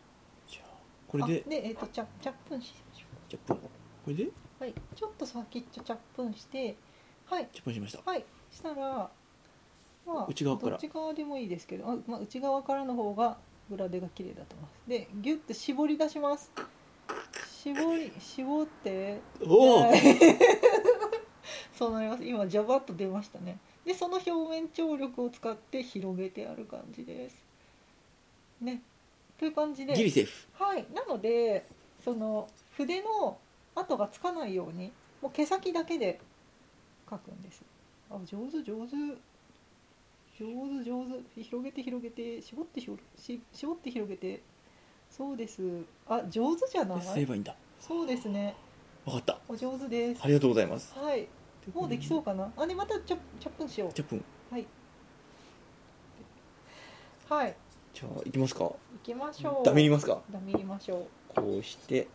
Speaker 1: じゃあこれで
Speaker 4: あでえっ、とチャチャップンしましょう
Speaker 1: チャップンこれで
Speaker 4: はい、ちょっと先っちょチャップンしてはい
Speaker 1: チャップンしました
Speaker 4: はいしたら、まあ、
Speaker 1: 内側から
Speaker 4: どっち側でもいいですけど、あまあ、内側からの方がグラデが綺麗だと思いますでギュッと絞り出します絞り絞って
Speaker 1: おお
Speaker 4: はい [LAUGHS] そうなります今ジャバッと出ましたねでその表面張力を使って広げてある感じですねという感じで
Speaker 1: ギリセーフ
Speaker 4: はい、なのでその筆の跡がつかないようにもう毛先だけで描くんですあ上手上手上手上手広げて広げて絞ってひろし絞って広げてそうですあ上手じゃな
Speaker 1: すれ
Speaker 4: い
Speaker 1: ばいいんだ
Speaker 4: そうですね
Speaker 1: わかった
Speaker 4: お上手です
Speaker 1: ありがとうございます
Speaker 4: はいもうできそうかなあでまたチャチャップンしよ
Speaker 1: チャップン
Speaker 4: うはい
Speaker 1: じゃあ行きますか
Speaker 4: 行きましょう
Speaker 1: ダメりますか
Speaker 4: ダメりましょう
Speaker 1: こうして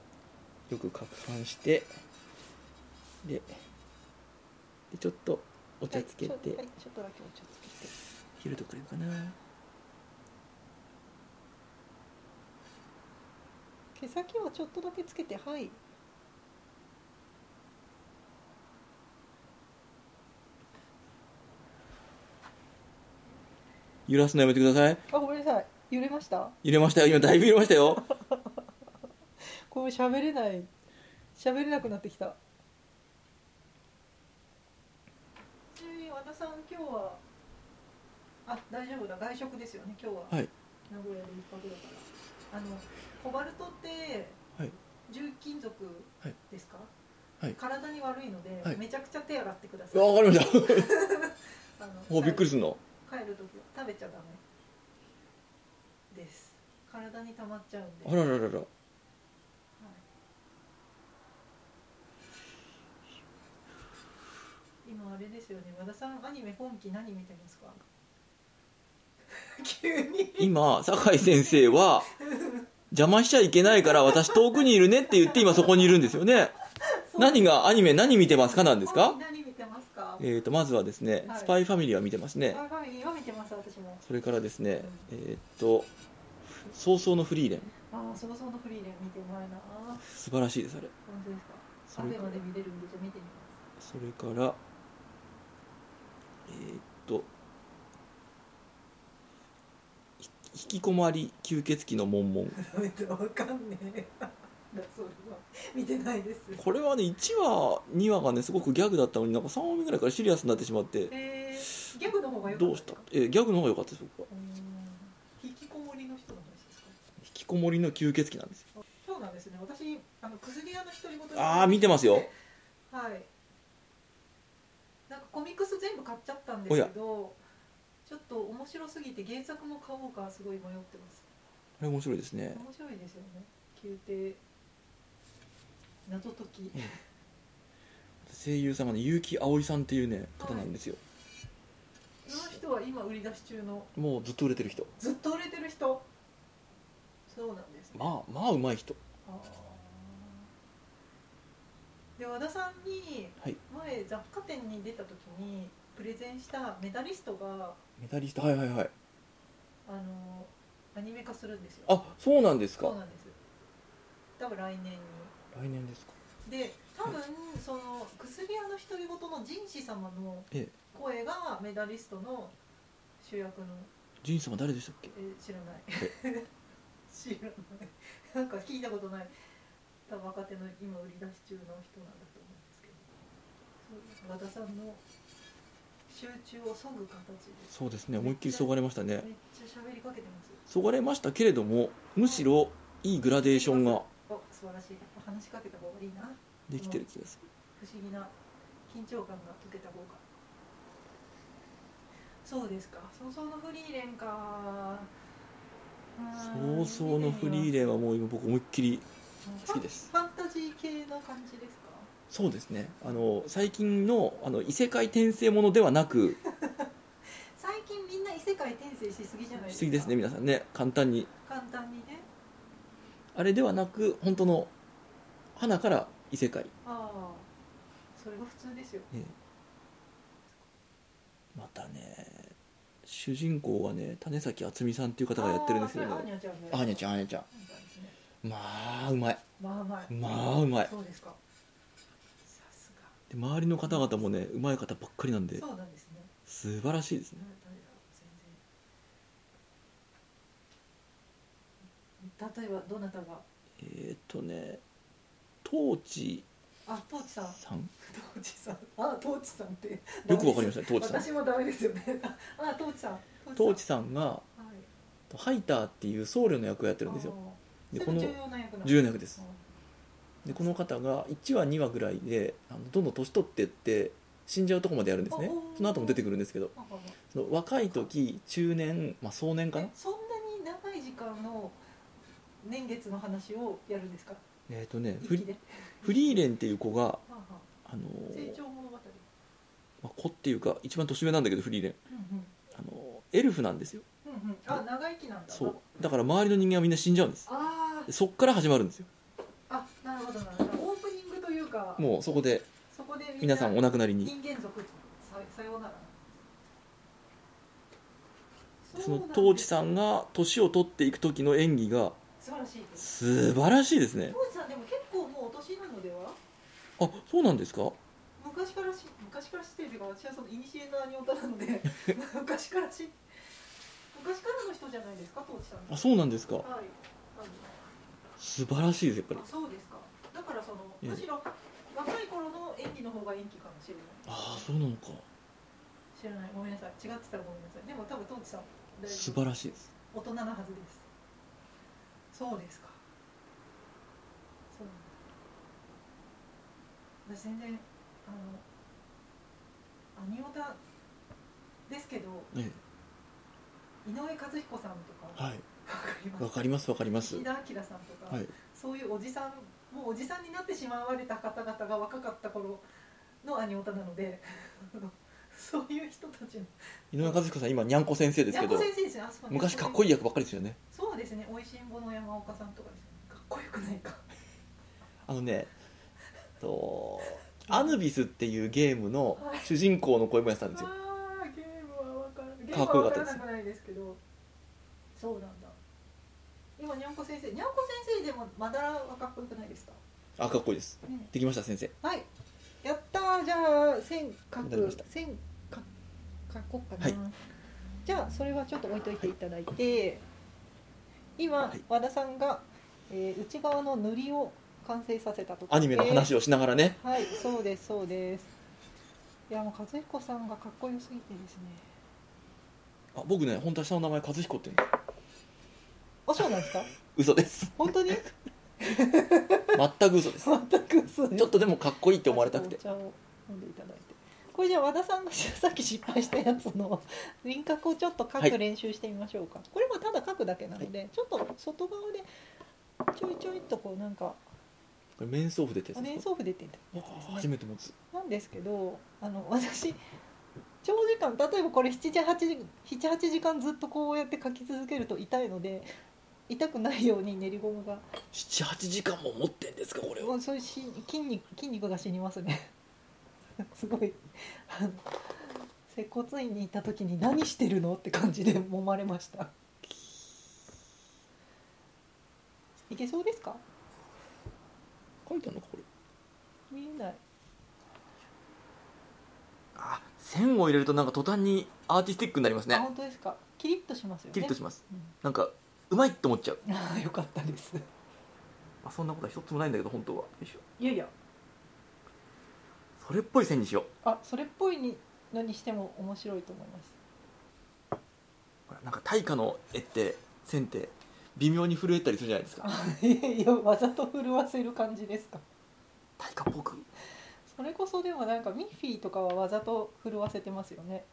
Speaker 1: よく拡散してででちょっとお茶つけて、
Speaker 4: はいちょっとだけお茶つけて
Speaker 1: 昼とくれるかな
Speaker 4: 毛先はちょっとだけつけてはい
Speaker 1: 揺らすのやめてください
Speaker 4: あごめんなさい揺れました
Speaker 1: 揺れましたよ今だいぶ揺れましたよ
Speaker 4: これ喋れない喋れなくなってきたちなみに和田さん今日はあ大丈夫だ外食ですよね今日は
Speaker 1: はい
Speaker 4: 名古屋で一泊だからあのコバルトって
Speaker 1: はい
Speaker 4: 重金属ですか、
Speaker 1: はい
Speaker 4: 体に悪いので、
Speaker 1: はい
Speaker 4: めちゃくちゃ手洗ってください
Speaker 1: わかりました [LAUGHS]
Speaker 4: あの
Speaker 1: おびっくりすんの
Speaker 4: 帰る時は食べちゃダメです体に溜まっちゃうんで
Speaker 1: あらららら
Speaker 4: 今あれですよね和田さんアニメ今期何見てますか [LAUGHS] 急に
Speaker 1: 今酒井先生は邪魔しちゃいけないから私遠くにいるねって言って今そこにいるんですよね何がアニメ何見てますかなんですか
Speaker 4: 今期何見てますか
Speaker 1: えー、とまずはですね、
Speaker 4: はい
Speaker 1: スパイファミリーは見てますね、
Speaker 4: あはい今見てます私も
Speaker 1: それからですね、えー、と早々のフリーレン
Speaker 4: ああそもそものフリーレン見てないな
Speaker 1: 素晴らしいですあれ
Speaker 4: 本当ですか
Speaker 1: そ
Speaker 4: ア
Speaker 1: れ
Speaker 4: ベ
Speaker 1: か
Speaker 4: ま
Speaker 1: ら
Speaker 4: で見れるんでじゃあ見てみます
Speaker 1: それからえー、っとひ引きこもり吸血鬼のモンモン
Speaker 4: ダメだわかんねえ [LAUGHS] だそれは見てないです
Speaker 1: これはね1話2話がねすごくギャグだったのになんか3話目ぐらいからシリアスになってしまって
Speaker 4: えー、ギャグの方が良か
Speaker 1: ど
Speaker 4: っ
Speaker 1: う
Speaker 4: た
Speaker 1: したえーギャグの方が良かったです僕は
Speaker 4: うーん引きこもりの人の話ですか
Speaker 1: 引きこもりの吸血鬼なんですよ
Speaker 4: そうなんですね私あの薬屋の独り言に
Speaker 1: あー見てますよ
Speaker 4: はいなんかコミックス全部買っちゃったんですけどちょっと面白すぎて原作も買おうかすごい迷ってます
Speaker 1: あれ面白いですね
Speaker 4: 面白いですよね宮廷謎解き
Speaker 1: 声優様の結城葵さんっていうね方なんですよ
Speaker 4: その人は今売り出し中の
Speaker 1: もうずっと売れてる人
Speaker 4: ずっと売れてる人そうなんですね
Speaker 1: まあまあうまい人
Speaker 4: あーで和田さんに
Speaker 1: はい
Speaker 4: 前雑貨店に出た時にプレゼンしたメダリストが
Speaker 1: メダリストはいはいはい
Speaker 4: あのアニメ化するんですよ
Speaker 1: あそうなんですか
Speaker 4: そうなんです多分来年に
Speaker 1: 来年ですか
Speaker 4: で多分その薬屋の独り言の仁師様の
Speaker 1: ええ
Speaker 4: 声がメダリストの主役の
Speaker 1: ジン様誰でしたっけ
Speaker 4: え知らない [LAUGHS] 知らないなんか聞いたことない多分若手の今売り出し中の人なんだと思うんですけどそう和田さんの集中を削ぐ形です
Speaker 1: そうですね思いっきりそがれましたね
Speaker 4: めっちゃ喋りかけてます
Speaker 1: そがれましたけれどもむしろいいグラデーションが
Speaker 4: お素晴らしい話しかけた方がいいな
Speaker 1: できてる気がする
Speaker 4: 不思議な緊張感が解けた方がそうですか早々のフリーレンか
Speaker 1: 早々のフリー
Speaker 4: レン
Speaker 1: レンはもう今僕思いっきり好きです
Speaker 4: ファンタジー系な感じですか
Speaker 1: そうですねあの最近のあの異世界転生ものではなく
Speaker 4: 最近みんな異世界転生しすぎじゃないですか
Speaker 1: 次ですね皆さんね簡単に
Speaker 4: 簡単にね
Speaker 1: あれではなく本当の花から異世界
Speaker 4: ああそれが普通ですよ
Speaker 1: またね主人公がね種崎敦美さんっていう方がやってるんですよ
Speaker 4: ああ
Speaker 1: ね
Speaker 4: ニャちゃんね
Speaker 1: あーにゃちゃんあーにゃちゃん
Speaker 4: そうなんですね
Speaker 1: まあうまい
Speaker 4: まあうまい
Speaker 1: まあうまい
Speaker 4: そうですかさすが
Speaker 1: で周りの方々もねうまい方ばっかりなんで
Speaker 4: そうなんですね
Speaker 1: 素晴らしいですね
Speaker 4: な誰だろう全然例えばどなたが
Speaker 1: えーっとねトーチ
Speaker 4: あトーチさん
Speaker 1: さん
Speaker 4: トーチさんあトーチさんって
Speaker 1: よくわかりまし
Speaker 4: し
Speaker 1: たねトーチさん
Speaker 4: 私もダメですよねあトーチさん
Speaker 1: トー
Speaker 4: チ
Speaker 1: チさんが
Speaker 4: さんはい
Speaker 1: ハイターっていう僧侶の役をやってるんですよ
Speaker 4: あー
Speaker 1: で
Speaker 4: そ
Speaker 1: こ
Speaker 4: れ
Speaker 1: の
Speaker 4: 重要な役なん
Speaker 1: 重要な役です
Speaker 4: あ
Speaker 1: でこの方が1話2話ぐらいであのどんどん年取ってって死んじゃうとこまでやるんですね
Speaker 4: あおー
Speaker 1: その後も出てくるんですけど
Speaker 4: ーなんか
Speaker 1: その若い時中年、まあ、壮年かな
Speaker 4: えそんなに長い時間の年月の話をやるんですか
Speaker 1: えっ、とねフ
Speaker 4: 一気
Speaker 1: リ
Speaker 4: で
Speaker 1: フリーレンっていう子が、
Speaker 4: はあは
Speaker 1: あの
Speaker 4: あ
Speaker 1: ー
Speaker 4: 成長物語
Speaker 1: まあ、子っていうか一番年上なんだけどフリーレン、
Speaker 4: うんうん
Speaker 1: あのーエルフなんですよ
Speaker 4: うんうんあ長生きなんだ
Speaker 1: そうだから周りの人間はみんな死んじゃうんです
Speaker 4: あ
Speaker 1: でそっから始まるんですよ
Speaker 4: ああなるほどなるほどオープニングというか
Speaker 1: もうそこで
Speaker 4: そこでみんな
Speaker 1: 皆さんお亡くなりに
Speaker 4: 人間族ささようなら
Speaker 1: その
Speaker 4: うなんです
Speaker 1: トーチさんが年を取っていく時の演技が
Speaker 4: 素晴らしいです
Speaker 1: 素晴らしいですね
Speaker 4: トーチさんでも結構もうお年なのでは
Speaker 1: あそうなんですか
Speaker 4: 昔からし昔から知ってるというか私はその古のアニオタな
Speaker 1: [LAUGHS]
Speaker 4: ので昔から知昔からの人じゃないですかトーチさん
Speaker 1: あそうなんですか
Speaker 4: はいあの
Speaker 1: 素晴らしいですやっぱり
Speaker 4: あそうですかだからその
Speaker 1: ええ
Speaker 4: むしろ若い頃の演技の方が演技かもしれない
Speaker 1: ああそうなのか
Speaker 4: 知らないごめんなさい違ってたらごめんなさいでも多分トーチさんだいぶ
Speaker 1: 素晴らしいです
Speaker 4: 大人なはずですそうですかそうなんだ私全然あのアニオタですけど
Speaker 1: え
Speaker 4: 井上和彦さんとか
Speaker 1: え
Speaker 4: わか
Speaker 1: はい
Speaker 4: りま
Speaker 1: わかります
Speaker 4: す
Speaker 1: わかります
Speaker 4: 石田明さんとか、
Speaker 1: はい
Speaker 4: そういうおじさんもうおじさんになってしまわれた方々が若かった頃のアニオタなので [LAUGHS] そういう人たちの
Speaker 1: 井上和彦さん今にゃんこ先生ですけ
Speaker 4: やっ
Speaker 1: ど
Speaker 4: ぱ先生ですねあそう
Speaker 1: 昔かっこいい
Speaker 4: や
Speaker 1: 役ばっかりですよね
Speaker 4: そうですねおいしんぼの山岡さんとかですねかっこよくないか
Speaker 1: あのねとアヌビスっていうゲームの主人公の声もやってたんですよ
Speaker 4: あーゲームは分からゲー
Speaker 1: かっ
Speaker 4: ム
Speaker 1: こよ
Speaker 4: は
Speaker 1: かったで
Speaker 4: 分から
Speaker 1: す
Speaker 4: なくないですけどそうなんだ今にゃんこ先生にゃんこ先生でもまだらはかっこよくないですか、
Speaker 1: あかっこいいです
Speaker 4: ね
Speaker 1: できました先生
Speaker 4: はいやったーじゃあ線書
Speaker 1: なりまし
Speaker 4: く
Speaker 1: た
Speaker 4: 線か書こうかな、
Speaker 1: はい
Speaker 4: じゃあそれはちょっと置いといていただいて今、
Speaker 1: はい
Speaker 4: 和田さんが、えー内側の塗りを完成させたところ
Speaker 1: アニメの話をしながらね
Speaker 4: はい、そうです、そうです。いや、もう和彦さんがかっこよすぎてですね。
Speaker 1: あ僕ね本当は下の名前和彦って言うんです
Speaker 4: あ、そうなんです [LAUGHS] か。
Speaker 1: 嘘です
Speaker 4: 本当に。
Speaker 1: 全く嘘です
Speaker 4: 全く嘘です。
Speaker 1: ちょっとでもかっこいいって思われたくて
Speaker 4: お茶を飲んでいただいて。これじゃあ和田さんがさっき失敗したやつの輪郭をちょっと書
Speaker 1: はい
Speaker 4: く練習してみましょうか、これもただ書くだけなので、ちょっと外側でちょいちょいっとこうなんか
Speaker 1: これ面相符出てる
Speaker 4: お
Speaker 1: んで
Speaker 4: 面
Speaker 1: すか
Speaker 4: 相符出てたやつ
Speaker 1: あー
Speaker 4: です
Speaker 1: 初
Speaker 4: ね
Speaker 1: めて持つ
Speaker 4: なんですけどあの私長時間例えばこれ78 78時間ずっとこうやって書き続けると痛いので痛くないように練りゴムが
Speaker 1: 78時間も持ってんですかこれ
Speaker 4: も
Speaker 1: を
Speaker 4: うそういうし筋肉筋肉が死にますね [LAUGHS] すごい [LAUGHS] あの接骨院に行った時に何してるのって感じで揉まれましたいけそうですか
Speaker 1: 書いたのかこれ
Speaker 4: 見えない
Speaker 1: あ線を入れるとなんか途端にアーティスティックになります
Speaker 4: あ
Speaker 1: ね
Speaker 4: 本当ですかキリッとしますよね
Speaker 1: キリッとします
Speaker 4: うん
Speaker 1: なんかうまいって思っちゃう、
Speaker 4: ああ [LAUGHS] よかったです
Speaker 1: まあ、そんなことは一つもないんだけど本当はよいしょ
Speaker 4: いやいや
Speaker 1: それっぽい線にしよう
Speaker 4: あそれっぽいにのにしても面白いと思います
Speaker 1: ほらなんか大化の絵って線って微妙に震えたりするじゃないですか
Speaker 4: あいやいやわざと震わせる感じですか
Speaker 1: 大化っぽく
Speaker 4: それこそでもなんかミッフィーとかはわざと震わせてますよね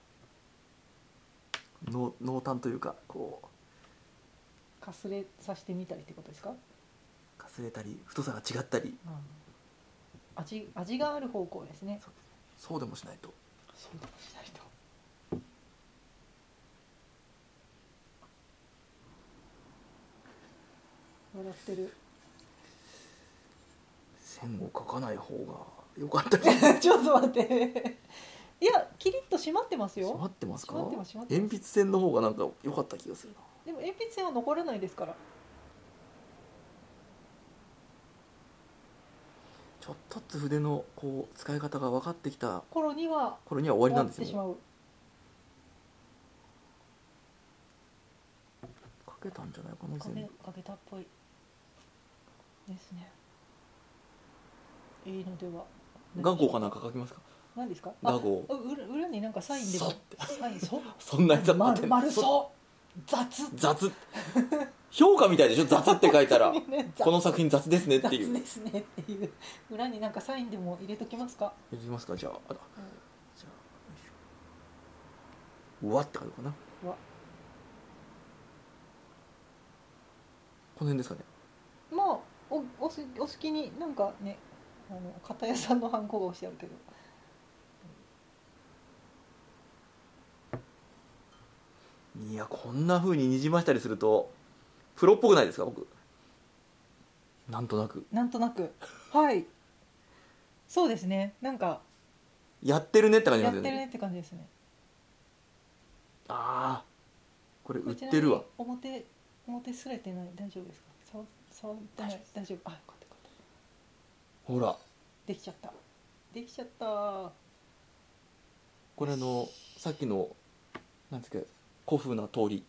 Speaker 1: 濃濃淡というかこ
Speaker 4: かすれさせてみたりってことですか、
Speaker 1: うかすれたり太さが違ったり
Speaker 4: 味味がある方向ですね
Speaker 1: そうでもしないと
Speaker 4: そうでもしないと笑ってる [LAUGHS]
Speaker 1: 線を描かない方が良かったり
Speaker 4: ちょっと待っていやキリッと締まってますよ
Speaker 1: 閉まってますか
Speaker 4: 閉まってます閉まってます
Speaker 1: 鉛筆線の方がなんか良かった気がするな
Speaker 4: でも鉛筆線は残らないですから
Speaker 1: ょっとずつ筆のこう使い方が分かってきた
Speaker 4: 頃には
Speaker 1: 頃には終わりなんです
Speaker 4: 終
Speaker 1: よ
Speaker 4: わってし
Speaker 1: かけたんじゃないか
Speaker 2: う
Speaker 1: なん
Speaker 2: か
Speaker 1: 全
Speaker 2: け
Speaker 1: 部
Speaker 2: かけたっぽい
Speaker 4: まうですねいいのでは
Speaker 1: 画号かなんか書きますか
Speaker 4: 何ですか
Speaker 1: 画号
Speaker 4: あう裏裏になんかサインでも
Speaker 1: そって
Speaker 4: サインそ
Speaker 1: そんな雑
Speaker 4: 丸丸
Speaker 1: う
Speaker 4: そう雑
Speaker 1: 雑評価みたいでしょ雑って書いたら
Speaker 4: ね [LAUGHS] 雑
Speaker 1: この作品雑ですねっていう
Speaker 4: 雑ですねっていう裏になんかサインでも入れときますか
Speaker 1: やりますかじゃああらじゃあうわって書くかな
Speaker 4: うわ
Speaker 1: この辺ですかね
Speaker 4: まあおおすお好きになんかねあの片屋さんのハンコが押してあるけど
Speaker 1: いやこんな風ににじましたりするとプロっぽくないですか僕なんとなく
Speaker 4: なんとなくはいそうですねなんか
Speaker 1: やってるねって感じ
Speaker 4: や
Speaker 1: な
Speaker 4: っ
Speaker 1: んで
Speaker 4: て
Speaker 1: す
Speaker 4: る
Speaker 1: よ
Speaker 4: ね
Speaker 1: ね
Speaker 4: って感じですね
Speaker 1: ああこれ売ってるわ
Speaker 4: これちなみに表表すれてない大丈夫ですか触触ってない大丈夫あよかったよかった
Speaker 1: ほら
Speaker 4: できちゃったできちゃった
Speaker 1: これあのさっきのなんですか古風な通り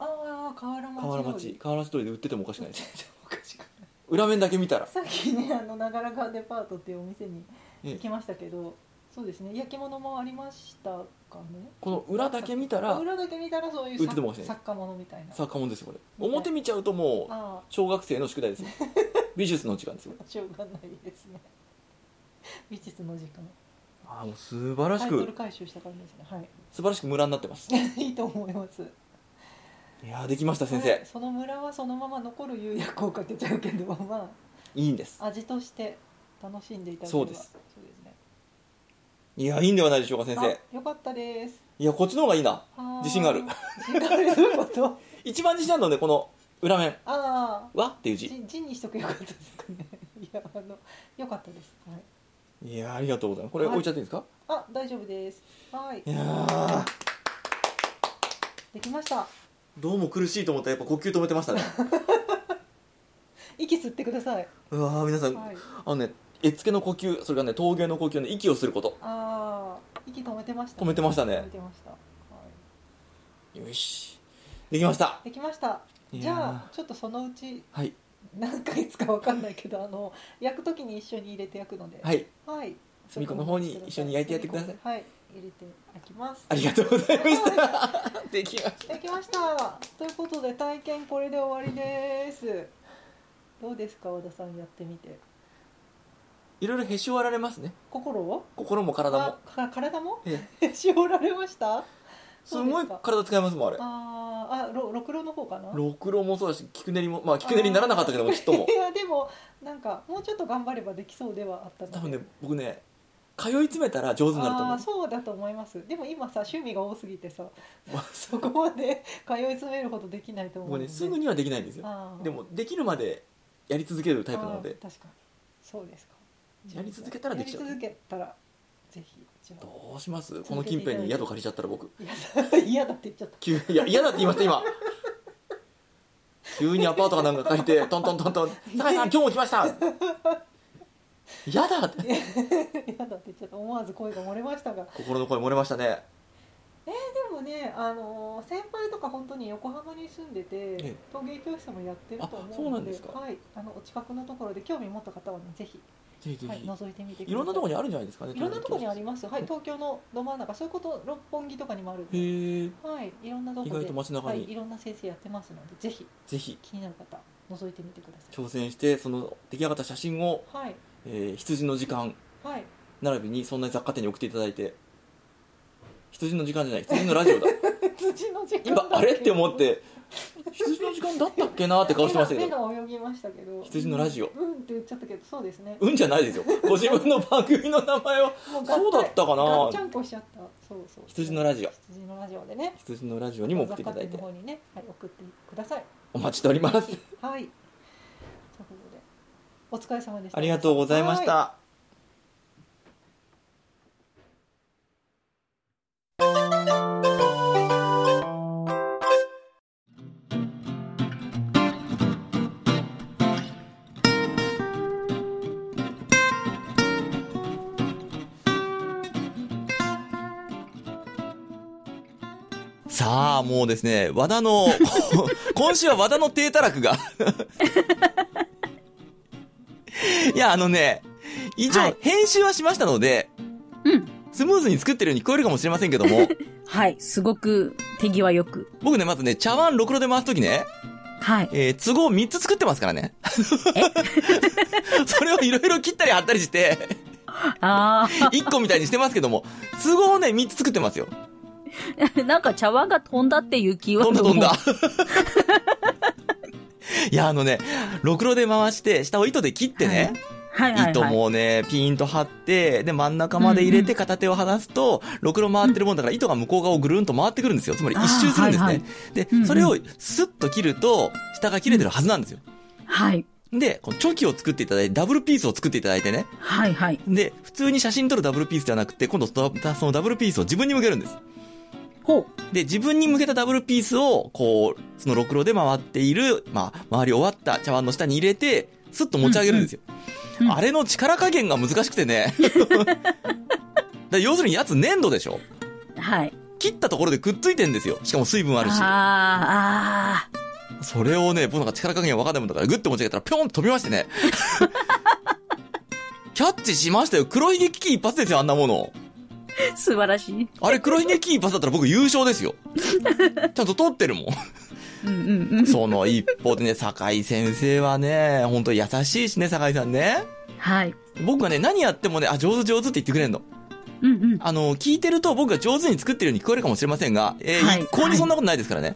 Speaker 4: ああ河原町
Speaker 1: 河原町河原町通りで売っててもおかしくない
Speaker 4: 全
Speaker 1: で
Speaker 4: 然
Speaker 1: す
Speaker 4: おかしくない [LAUGHS]
Speaker 1: 裏面だけ見たら
Speaker 4: さっきねあの長良川デパートっていうお店に
Speaker 1: ええ
Speaker 4: 行きましたけどそうですね焼き物もありましたかね
Speaker 1: この裏だけ見たら
Speaker 4: 裏だけ見たらそういう
Speaker 1: 売っててもおかしくない
Speaker 4: 作家物みたいな
Speaker 1: 作家もんですよこれ表見ちゃうともう
Speaker 4: ああ
Speaker 1: 小学生の宿題
Speaker 4: [LAUGHS]
Speaker 1: ですよ美術の時間ですよ
Speaker 4: しょうがないですね [LAUGHS] 美術の時間
Speaker 1: ああもう素晴らし
Speaker 4: タイトル
Speaker 1: く
Speaker 4: 回収した感じですねはい
Speaker 1: 素晴らしく村になってます
Speaker 4: い [LAUGHS] いと思います
Speaker 1: いやーできました先
Speaker 4: はい
Speaker 1: 生
Speaker 4: その村はそのまま残る釉薬をかけちゃうけどま
Speaker 1: いいんです
Speaker 4: あ味として楽しんでいただけ
Speaker 1: そ
Speaker 4: れば
Speaker 1: うです
Speaker 4: そうですね
Speaker 1: いやいいんではないでしょうか先生
Speaker 4: あよかったです
Speaker 1: いやこっちの方がいいな
Speaker 4: はーい
Speaker 1: 自信がある
Speaker 4: 自信があるどういうこと [LAUGHS]
Speaker 1: 一番自信あるのはねこの裏面
Speaker 4: ああ
Speaker 1: 「わ」っていう字
Speaker 4: じじんにしとくよかったですかね [LAUGHS] いやあのよかったです、はい、
Speaker 1: いやーありがとうございますこれ
Speaker 4: はい
Speaker 1: 置いちゃっていいんですか、
Speaker 4: あ大丈夫ですはい
Speaker 1: い、やー
Speaker 4: できました
Speaker 1: どうも苦しいと思ったらやっぱ呼吸止めて
Speaker 4: [LAUGHS]
Speaker 1: ましたね
Speaker 4: 息吸ってください、
Speaker 1: うわー皆さん、
Speaker 4: はい、
Speaker 1: あのね絵付けの呼吸それからね陶芸の呼吸の息をすること
Speaker 4: ああ息止めてました、
Speaker 1: 止めてましたね
Speaker 4: 止めてました、はい、
Speaker 1: よしできました
Speaker 4: できました
Speaker 1: いやー
Speaker 4: じゃあちょっとそのうち
Speaker 1: はい
Speaker 4: 何ヶ月かわかんないけどあの焼くときに一緒に入れて焼くのでは、
Speaker 1: はいい隅っこの方に一緒に焼いてやってください
Speaker 4: はい入れて焼きます
Speaker 1: ありがとうございましたできました
Speaker 4: [LAUGHS] できましたということで体験これで終わりですどうですか和田さんやってみて
Speaker 1: いろいろへし折られますね
Speaker 4: 心を
Speaker 1: 心も体も
Speaker 4: あか体も [LAUGHS]
Speaker 1: ええ
Speaker 4: しおられま
Speaker 1: [LAUGHS]
Speaker 4: した
Speaker 1: すご
Speaker 4: そう
Speaker 1: い
Speaker 4: ですか
Speaker 1: 体使いますもんあれ
Speaker 4: あーあろろくろの方かな
Speaker 1: ろくろもそうだし菊練りもまあ菊練りにならなかったけどもきっとも
Speaker 4: いやでもなんかもうちょっと頑張ればできそうではあったので
Speaker 1: 多分ね僕ね通い詰めたら上手になると思
Speaker 4: あ
Speaker 1: う
Speaker 4: ーそうだと思いますでも今さ趣味が多すぎ
Speaker 1: [LAUGHS]
Speaker 4: てさそこまで [LAUGHS] 通い詰めるほどできないと思
Speaker 1: も
Speaker 4: う
Speaker 1: う
Speaker 4: の
Speaker 1: ね
Speaker 4: です
Speaker 1: ぐにはできないんですよ
Speaker 4: あー
Speaker 1: でもできるまでやり続けるタイプなの
Speaker 4: あ
Speaker 1: で
Speaker 4: ー確かにそうですか
Speaker 1: やり続けたらできちゃう
Speaker 4: やり続けたらぜひじゃあ
Speaker 1: どうしますこの近辺に宿借りちゃったら僕
Speaker 4: 嫌だ嫌だって言っちゃった
Speaker 1: 急いや嫌だって言いました今急にアパートかなんか借りてトントントントン「酒井さん今日も来ました!」嫌だって
Speaker 4: 嫌だって言っちゃった思わず声が漏れましたが
Speaker 1: 心の声漏れましたね
Speaker 4: でもね、あのー先輩とか本当に横浜に住んでて
Speaker 1: え
Speaker 4: 陶芸教室もやってると思うので
Speaker 1: あそうなんですか
Speaker 4: はい、あのお近くのところで興味持った方は、ね、ぜひ、
Speaker 1: ぜひぜ
Speaker 4: はい、
Speaker 1: ひ
Speaker 4: 覗いてみてください
Speaker 1: いろんなとこに
Speaker 4: あ
Speaker 1: あるんじゃないですかね
Speaker 4: いろんなとこにあり
Speaker 1: へ
Speaker 4: ます、はい、東京のど真ん中そういうこと六本木とかにもあるんで
Speaker 1: え
Speaker 4: はい、いろんなとこ
Speaker 1: 意
Speaker 4: ろ
Speaker 1: 外
Speaker 4: で
Speaker 1: と街中
Speaker 4: はい、い
Speaker 1: に
Speaker 4: ろんな先生やってますのでぜひ
Speaker 1: ぜひ
Speaker 4: 気になる方覗いてみてください
Speaker 1: 挑戦してその出来上がった写真を、
Speaker 4: はい
Speaker 1: えー羊の時間 [LAUGHS]
Speaker 4: はい
Speaker 1: 並びにそんな雑貨店に送っていただいて羊の時間じゃない羊のラジオ
Speaker 4: [LAUGHS]
Speaker 1: だ
Speaker 4: 辻の時間
Speaker 1: 今あれって思って羊の時間だったっけなって顔してましたけ
Speaker 4: 目
Speaker 1: ど
Speaker 4: が目が泳ぎましたけど
Speaker 1: [LAUGHS] 羊のラジオ
Speaker 4: うんって言っちゃったけどそうですね
Speaker 1: うんじゃないですよご自分の番組の名前を
Speaker 4: もう合体
Speaker 1: そうだったか
Speaker 4: ガッチャ
Speaker 1: な
Speaker 4: ンコしちゃったそうそう
Speaker 1: 羊のラジオ
Speaker 4: 羊のラジオでね
Speaker 1: 羊のラジオにも送っていただい
Speaker 4: 雑貨
Speaker 1: て
Speaker 4: 店の方にね、はい、送ってください
Speaker 1: お待ちしておりま [LAUGHS]
Speaker 4: ぜ
Speaker 1: す
Speaker 4: ひはいということでお疲れ様でした
Speaker 1: ありがとうございまし
Speaker 4: は
Speaker 1: た
Speaker 4: い
Speaker 1: さあ、もうですね、和田の、 [LAUGHS] こ今週は和田の低たらくが。いや、あのね、一応、
Speaker 2: はい
Speaker 1: 編集はしましたので、
Speaker 2: うん。
Speaker 1: スムーズに作ってるように聞こえるかもしれませんけど
Speaker 2: [LAUGHS]
Speaker 1: も、
Speaker 2: はい。すごく手際よく。
Speaker 1: 僕ね、まずね、茶碗ろくろで回すときね、
Speaker 2: はい。
Speaker 1: えー都合3つ作ってますからね。 [LAUGHS] それをいろいろ切ったり貼ったり
Speaker 2: [LAUGHS]
Speaker 1: して、
Speaker 2: あ
Speaker 1: 1個みたいにしてますけども、都合をね、3つ作ってますよ。
Speaker 2: あ。 [LAUGHS] なんか茶碗が飛んだっていう気は。
Speaker 1: 飛んだ飛んだ。。 [LAUGHS] いや、あのね、ろくろで回して、下を糸で切ってね、
Speaker 2: はいはい、はい。
Speaker 1: 糸もね、ピーンと張って、で、真ん中まで入れ
Speaker 2: うんう
Speaker 1: て片手を離すと、ろくろ回ってるもんだから糸が向こう側をぐるんと回ってくるんですよ。つまり一周するんです
Speaker 2: あーは
Speaker 1: ね
Speaker 2: いはい。うんう
Speaker 1: で、
Speaker 2: ん
Speaker 1: それをスッと切ると、下が切れてるはずなんですよ。
Speaker 2: はい。
Speaker 1: で、このチョキを作っていただいて、ダブルピースを作っていただいてね。
Speaker 2: はいはい。
Speaker 1: で、普通に写真撮るダブルピースではなくて、今度そのそのダブルピースを自分に向けるんです。
Speaker 2: ほう。
Speaker 1: で、自分に向けたダブルピースを、こう、そのろくろで回っている、まあ、回り終わった茶碗の下に入れて、スッと持ち上げるんですよ。
Speaker 2: うんうん
Speaker 1: あれの力加減が難しくてね。だ要するにやつ粘土でしょ
Speaker 2: はい。
Speaker 1: 切ったところでくっついてんですよ。しかも水分あるし。
Speaker 2: あー
Speaker 1: それをね、僕なんか力加減が分かんないもんだから、グッと持ち上げたら、ぴょんと飛びましてね。キャッチしましたよ。黒ひげ危機一発ですよ、あんなもの。
Speaker 2: あー。素晴らしい。
Speaker 1: あれ、黒ひげ危機一発だったら僕優勝ですよ。ちゃんと取ってるもん。
Speaker 2: うんうんうん。
Speaker 1: その一方でね、酒井先生はね、本当に優しいしね、酒井さんね。
Speaker 2: はい。
Speaker 1: 僕はね、何やってもね、あ、上手上手って言ってくれんの。
Speaker 2: うんうん。
Speaker 1: あの、聞いてると僕が上手に作ってるように聞こえるかもしれませんが、えー
Speaker 2: はい
Speaker 1: 一向にそんなことないですからね。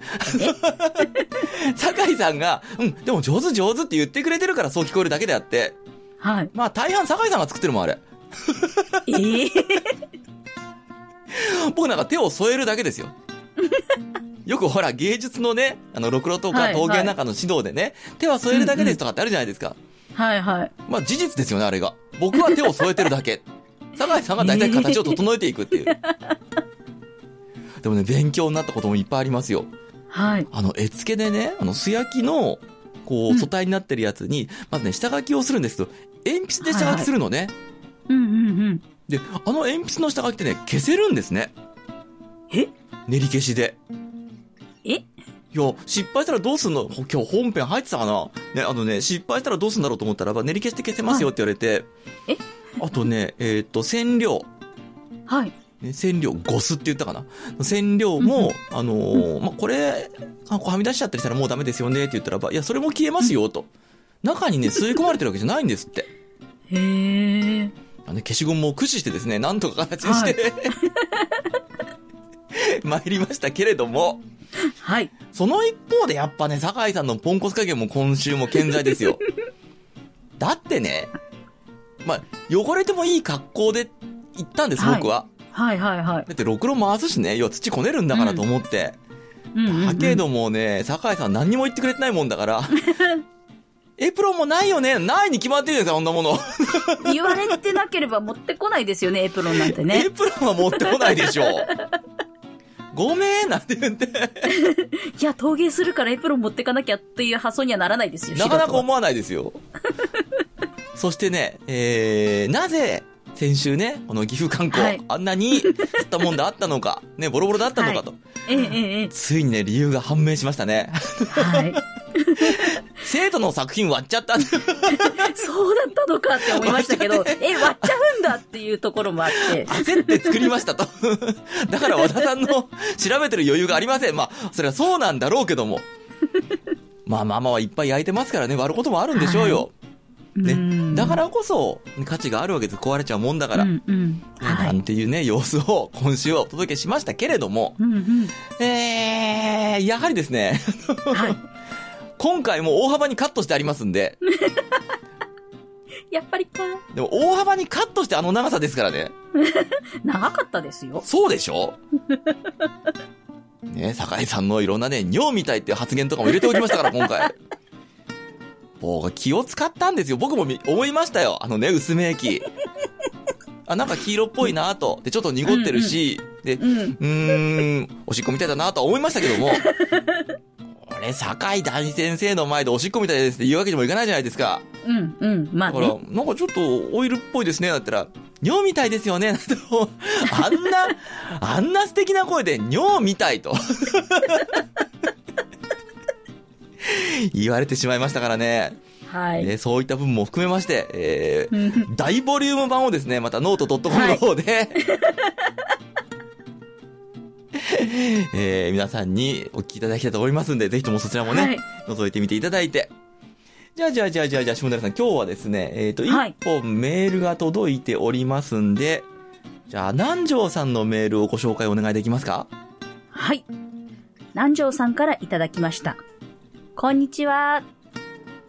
Speaker 1: 酒井さんが、うん、でも上手上手って言ってくれてるからそう聞こえるだけであって、 [LAUGHS]
Speaker 2: はい。
Speaker 1: まあ大半酒井さんが作ってるもん、あれ。
Speaker 2: ええ
Speaker 1: 僕なんか手を添えるだけですよ。よくほら、芸術のね、あの、ろくろと
Speaker 2: は
Speaker 1: か
Speaker 2: い
Speaker 1: 陶芸なんかの指導でね、手は添えるだけですとかってあるじゃないですか。
Speaker 2: はいはい。
Speaker 1: まあ事実ですよね、あれが。僕は手を添えてるだ
Speaker 2: [LAUGHS]
Speaker 1: け。酒井さんが大体形を整えていくっていう。でもね、勉強になったこともいっぱいありますよ。
Speaker 2: はい。
Speaker 1: あの、絵付けでね、あの、素焼きの、こ
Speaker 2: う
Speaker 1: う、
Speaker 2: ん
Speaker 1: 素体になってるやつに、まずね、下書きをするんですけど、鉛筆で下書きするのね。
Speaker 2: うんうんうん。
Speaker 1: で、あの鉛筆の下書きってね、消せるんですね。
Speaker 2: え
Speaker 1: 練り消しで。
Speaker 2: え
Speaker 1: いや、失敗したらどうすんのほ今日本編入ってたかなね、あのね、失敗したらどうすんだろうと思ったらば、練り消して消せますよって言われて。
Speaker 2: え
Speaker 1: あとね、えーっと、染料。
Speaker 2: はい。
Speaker 1: ね染料、ゴスって言ったかな染料も、あのーまあ、これ、あこうはみ出しちゃったりしたらもうダメですよねって言ったらば、いや、それも消えますよ、と。中にね、吸い込まれてるわけじゃないんですって。
Speaker 2: へえ。
Speaker 1: あのね消しゴムを駆使してですね、なんとか形にして、 [LAUGHS] 参りましたけれども、
Speaker 2: はい。
Speaker 1: その一方でやっぱね、酒井さんのポンコツ加減も今週も健在です
Speaker 2: [LAUGHS]
Speaker 1: よ。だってね、まあ、汚れてもいい格好で行ったんです、
Speaker 2: はい
Speaker 1: 僕は。
Speaker 2: はいはいはい。
Speaker 1: だって、ろくろ回すしね、いや、土こねるんだからと思って。
Speaker 2: うんうん、う
Speaker 1: だ
Speaker 2: ん。
Speaker 1: けどもね、酒井さん何にも言ってくれてないもんだ
Speaker 2: [LAUGHS]
Speaker 1: から。エプロンもないよねないに決まってるじゃないですか、そんなもの。
Speaker 2: 言われてなければ持ってこないですよね、エプロンなんてね
Speaker 1: エ。プロンは持ってこないで
Speaker 2: [LAUGHS]
Speaker 1: しょう。ごめんなんて言って、
Speaker 2: いや、陶芸するからエプロン持ってかなきゃっていう発想にはならないですよ。
Speaker 1: なかな
Speaker 2: 素
Speaker 1: か
Speaker 2: 人は
Speaker 1: 思わないですよ。そしてね、えー、なぜ、先週ね、この岐阜観光、
Speaker 2: はい
Speaker 1: あんなに吸ったもんだあったのか、ね、ボロボロだったのかと、
Speaker 2: えええええ
Speaker 1: ついにね、理由が判明しました
Speaker 2: [LAUGHS]
Speaker 1: ね。
Speaker 2: え。はい。
Speaker 1: 生徒の作品割っちゃった。
Speaker 2: そうだったのかって思いました
Speaker 1: [LAUGHS]
Speaker 2: けど、え、割っちゃうんだっていうところもあって。、
Speaker 1: 焦って作りましたと。 [LAUGHS] だから和田さんの調べてる余裕がありません。まあ、それはそうなんだろうけども。まあまあまあ、いっぱい焼いてますからね、割ることもあるんでしょうよ。ね。だかららこそ、価値があるわけです。壊れちゃうもんだから。
Speaker 2: うんうん。は。
Speaker 1: ないんていうね、様子を今週はお届けしましたけれども、
Speaker 2: うんうん。
Speaker 1: えー、やはりですね、
Speaker 2: はい。
Speaker 1: [LAUGHS] 今回も大幅にカットしてありますんで、
Speaker 2: やっぱりか。
Speaker 1: でも大幅にカットしてあの長さですからね。
Speaker 2: 長かったですよ。
Speaker 1: そうでしょね酒井さんのいろんなね、尿みたいっていう発言とかも入れておきましたから、今回。僕、気を使ったんですよ。僕もみ思いましたよ。あのね、薄め液。あ、なんか黄色っぽいなと。で、ちょっと濁ってるし、で、
Speaker 2: うん。
Speaker 1: うーん、おしっこみたいだなとは思いましたけども、これ、酒井大先生の前でおしっこみたいですって言うわけにもいかないじゃないですか。
Speaker 2: うんうん。まあ
Speaker 1: だから、
Speaker 2: ね。
Speaker 1: なんかちょっとオイルっぽいですね、だったら、尿みたいですよね、などあん
Speaker 2: [LAUGHS]
Speaker 1: な、あんな素敵な声で、尿みたいと。言われてしまいましたからね。
Speaker 2: はい。
Speaker 1: ね、そういった部分も含めまして、えー
Speaker 2: うん
Speaker 1: 大ボリューム版をですね、またノート .com の方で、 [LAUGHS] えー皆さんにお聞きいただきたいと思いますんで、ぜひともそちらもね、
Speaker 2: はい
Speaker 1: 覗いてみていただいて。じゃあじゃあじゃあじゃあじゃあ、下平さん、今日はですね、えっ、と、一
Speaker 2: はい
Speaker 1: 本メールが届いておりますんで、じゃあ、南條さんのメールをご紹介お願いできますか
Speaker 2: はい。南條さんからいただきました。こんにちは。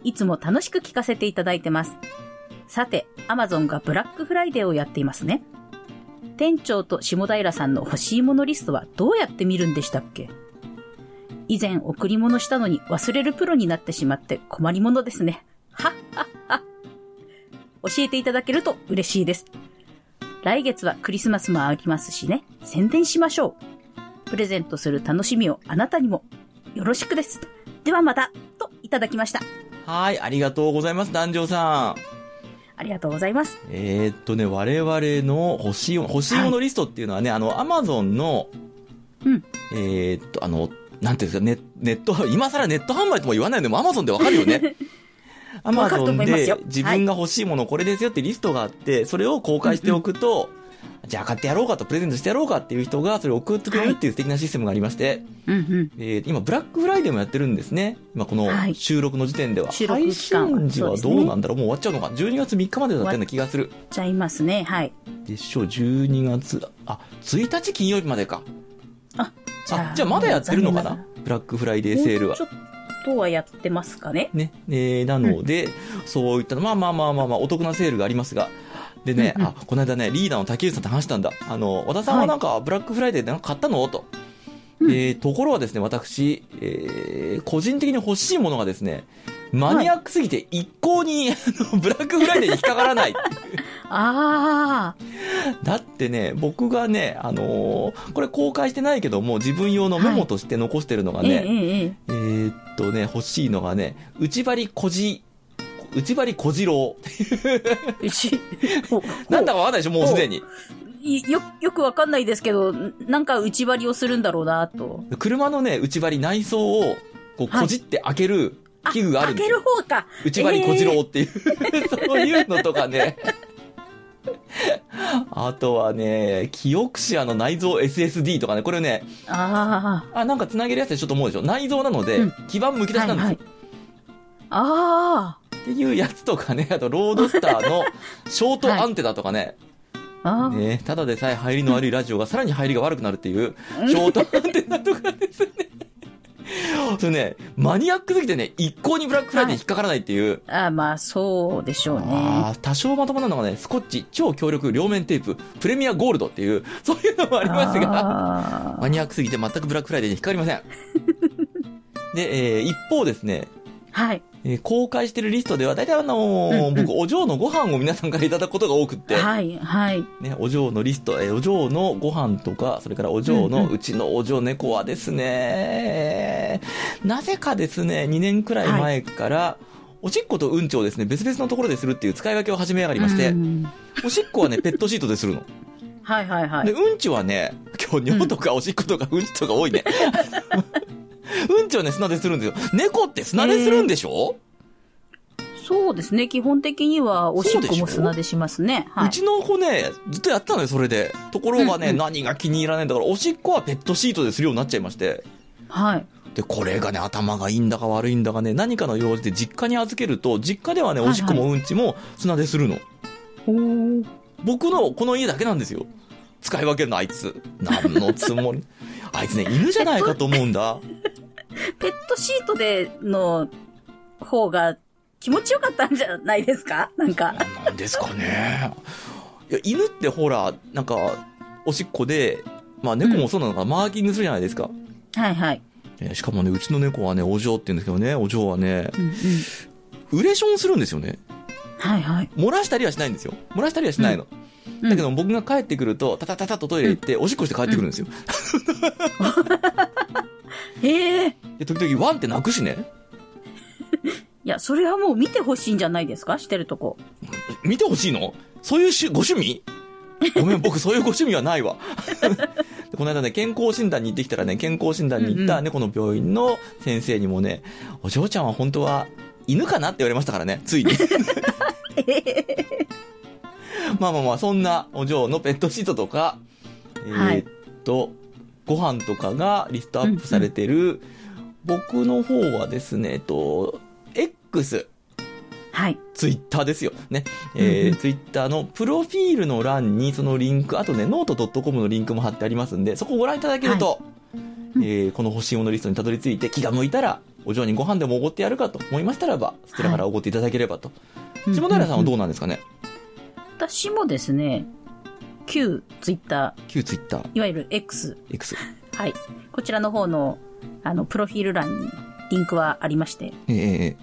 Speaker 2: いつも楽しく聞かせていただいてます。さて、アマゾンがブラックフライデーをやっていますね。店長と下平さんの欲しいものリストはどうやって見るんでしたっけ以前贈り物したのに忘れるプロになってしまって困りものですね。はっはっは。教えていただけると嬉しいです。来月はクリスマスもありますしね、宣伝しましょう。プレゼントする楽しみをあなたにも。よろしくです。ではまた、といただきました。
Speaker 1: はい、ありがとうございます、南條さん。
Speaker 2: ありがとうございます。
Speaker 1: えーっとね、我々の欲しいもの、欲しいものリストっていうのはね、あの、アマゾンの、
Speaker 2: うん
Speaker 1: えーっと、あの、なんていうんですか、ネネット、今更ネット販売とも言わないのでも、アマゾンでわかるよね。アマ
Speaker 2: [LAUGHS] わかる
Speaker 1: ゾ
Speaker 2: と
Speaker 1: ン
Speaker 2: 思います
Speaker 1: で
Speaker 2: よ
Speaker 1: 自分が欲しいものこれですよってリストがあって、それを公開しておくと、じゃあ買ってやろうかと、プレゼントしてやろうかっていう人が、それを送ってくれるっていう素敵なシステムがありまして、
Speaker 2: うん
Speaker 1: えー今、ブラックフライデーもやってるんですね。今、この
Speaker 2: はい
Speaker 1: 収録の時点では。
Speaker 2: 収録期間
Speaker 1: 配
Speaker 2: は
Speaker 1: 信時は
Speaker 2: そ
Speaker 1: ど
Speaker 2: うですね
Speaker 1: うなんだろうもう終わっちゃうのか。12月3日までだったような気がする。
Speaker 2: うん。ちゃいますね。はい。
Speaker 1: でしょ、12月、あ、1日金曜日までか。
Speaker 2: あ、
Speaker 1: あ、じゃあまだやってるのかなブラックフライデーセールは
Speaker 2: ちょ。っとはやってますかね。
Speaker 1: ね。えーなので、そういった、まあまあまあまあまあ、お得なセールがありますが。でね、
Speaker 2: うんうん
Speaker 1: あ、この間ね、リーダーの竹内さんと話したんだ。あの、和田さんはなんか、ブラックフライデーでなんか買ったのと。
Speaker 2: うん
Speaker 1: えーところはですね、私、えー個人的に欲しいものがですね、マニアックすぎて一向に、あのブラックフライデーに引っかからない。
Speaker 2: あ
Speaker 1: だってね、僕がね、あのーこれ公開してないけども、自分用のメモとして残してるのが
Speaker 2: あ、
Speaker 1: ね、
Speaker 2: ええええ。
Speaker 1: えーっとね、欲しいのがね、内張小じ、内張小次郎。
Speaker 2: う
Speaker 1: [LAUGHS]
Speaker 2: ち、お
Speaker 1: なんだかわかんないでしょ、もうすでに。
Speaker 2: いよ、よくわかんないですけど、なんか内張りをするんだろうな、と。
Speaker 1: 車のね、内張内装を、こう、
Speaker 2: はい
Speaker 1: こじって開ける器具があるんで
Speaker 2: 開
Speaker 1: す
Speaker 2: け
Speaker 1: よ。
Speaker 2: る方か。
Speaker 1: 内張小次
Speaker 2: え
Speaker 1: 郎
Speaker 2: え
Speaker 1: っていう、そう [LAUGHS] いうのとかね。あとはね、キオクシアの内蔵 SSD とかね、これね、
Speaker 2: ああ。
Speaker 1: あ、なんか繋げるやつでちょっと思うでしょ内蔵なので
Speaker 2: うん、
Speaker 1: 基板むき出しなんですよ。
Speaker 2: はいはいあ
Speaker 1: っていうやつとかね、あと、ロードスターのショートアンテナとかね、
Speaker 2: あ。ああ。
Speaker 1: ねただでさえ入りの悪いラジオがさらに入りが悪くなるっていう、ショートアンテナとかですね。 [LAUGHS] それね、マニアックすぎてね、一向にブラックフライデーに引っかからないっていう、
Speaker 2: ああ、まあ、そうでしょうね。
Speaker 1: あー多少まともなのがね、スコッチ超強力両面テープ、プレミアゴールドっていう、そういうのもありますが、
Speaker 2: が。
Speaker 1: マニアックすぎて全くブラックフライデーに引っかかりませ [LAUGHS] ん。で、えー一方ですね、
Speaker 2: はい。
Speaker 1: えー公開してるリストでは、大体あのー
Speaker 2: うんうん
Speaker 1: 僕、お嬢のご飯を皆さんからいただくことが多くって、
Speaker 2: はい、はい。
Speaker 1: ね、お嬢のリスト、えーお嬢のご飯とか、それからお嬢の、
Speaker 2: う
Speaker 1: うん
Speaker 2: うん
Speaker 1: ちのお嬢猫はですね、なぜかですね、2年くらい前から、おしっことうんちをですね、別々のところでするっていう使い分けを始めやがりまして、
Speaker 2: うん
Speaker 1: おしっこはね、ペットシートでするの。
Speaker 2: はいはいは
Speaker 1: で、
Speaker 2: い。
Speaker 1: うんちはね、今日尿とかおしっことかうんちとか多
Speaker 2: [LAUGHS]
Speaker 1: いね。うんちはね、砂でするんですよ。猫って砂でするんでしょ、
Speaker 2: そうですね。基本的には、おしっこも砂でしますね。は
Speaker 1: う
Speaker 2: い。
Speaker 1: ちの子ね、ずっとやってたのよ、それで。ところがね、
Speaker 2: うんうん
Speaker 1: 何が気に入らないんだから、おしっこはペットシートでするようになっちゃいまして。
Speaker 2: はい。
Speaker 1: で、これがね、頭がいいんだか悪いんだかね、何かの用事で実家に預けると、実家ではね、
Speaker 2: はい
Speaker 1: お
Speaker 2: はい
Speaker 1: しっこもうんちも砂でするの。
Speaker 2: おー
Speaker 1: 僕の、この家だけなんですよ。使い分けるの、あいつ。何のつも
Speaker 2: [LAUGHS]
Speaker 1: り。あいつね、犬じゃないかと思うんだ。
Speaker 2: ペットシートでの方が気持ちよかったんじゃないですかなんか。
Speaker 1: なんですかね。いや、犬ってほら、なんか、おしっこで、まあ猫もそうなのかな、マーキングするじゃないですか。
Speaker 2: はいはい。
Speaker 1: えーしかもね、うちの猫はね、お嬢って言うんですけどね、お嬢はね、
Speaker 2: うんうん。
Speaker 1: ウレションするんですよね。
Speaker 2: はいはい。
Speaker 1: 漏らしたりはしないんですよ。漏らしたりはしないの。
Speaker 2: うん
Speaker 1: だけど僕が帰ってくると、タタタタとトイレ行って、おしっこして帰ってくるんですよ。
Speaker 2: へえ。い
Speaker 1: で、時々ワンって泣くしね。
Speaker 2: や、それはもう見てほしいんじゃないですかしてるとこ。
Speaker 1: 見てほしいのそういうしゅご趣味ご
Speaker 2: [LAUGHS]
Speaker 1: めん、僕そういうご趣味はないわ。 [LAUGHS] この間ね、健康診断に行ってきたらね、健康診断に行った猫の病院の先生にもね、お嬢ちゃんは本当は犬かなって言われましたからね、つい
Speaker 2: [LAUGHS]
Speaker 1: に。まあまあまあ、そんなお嬢のペットシートとか、え
Speaker 2: は
Speaker 1: ー
Speaker 2: い
Speaker 1: っと、ご飯とかがリストアップされてる、僕の方はですね、えっと、X、
Speaker 2: はい。
Speaker 1: ツイッターですよ。ね。
Speaker 2: うん
Speaker 1: え
Speaker 2: う
Speaker 1: ー
Speaker 2: ん
Speaker 1: ツイッターのプロフィールの欄にそのリンク、あとね、ノート .com のリンクも貼ってありますんで、そこをご覧いただけると、
Speaker 2: うん
Speaker 1: えーこの星4のリストにたどり着いて気が向いたら、お嬢にご飯でもおごってやるかと思いましたらば、そちらからおごっていただければと。下平さんはどうなんですかね
Speaker 2: 私もですね、旧ツイッター、
Speaker 1: 旧ツイッター、
Speaker 2: いわゆる X、
Speaker 1: X。
Speaker 2: はい。こちらの方の、あの、プロフィール欄にリンクはありまして、
Speaker 1: えーえ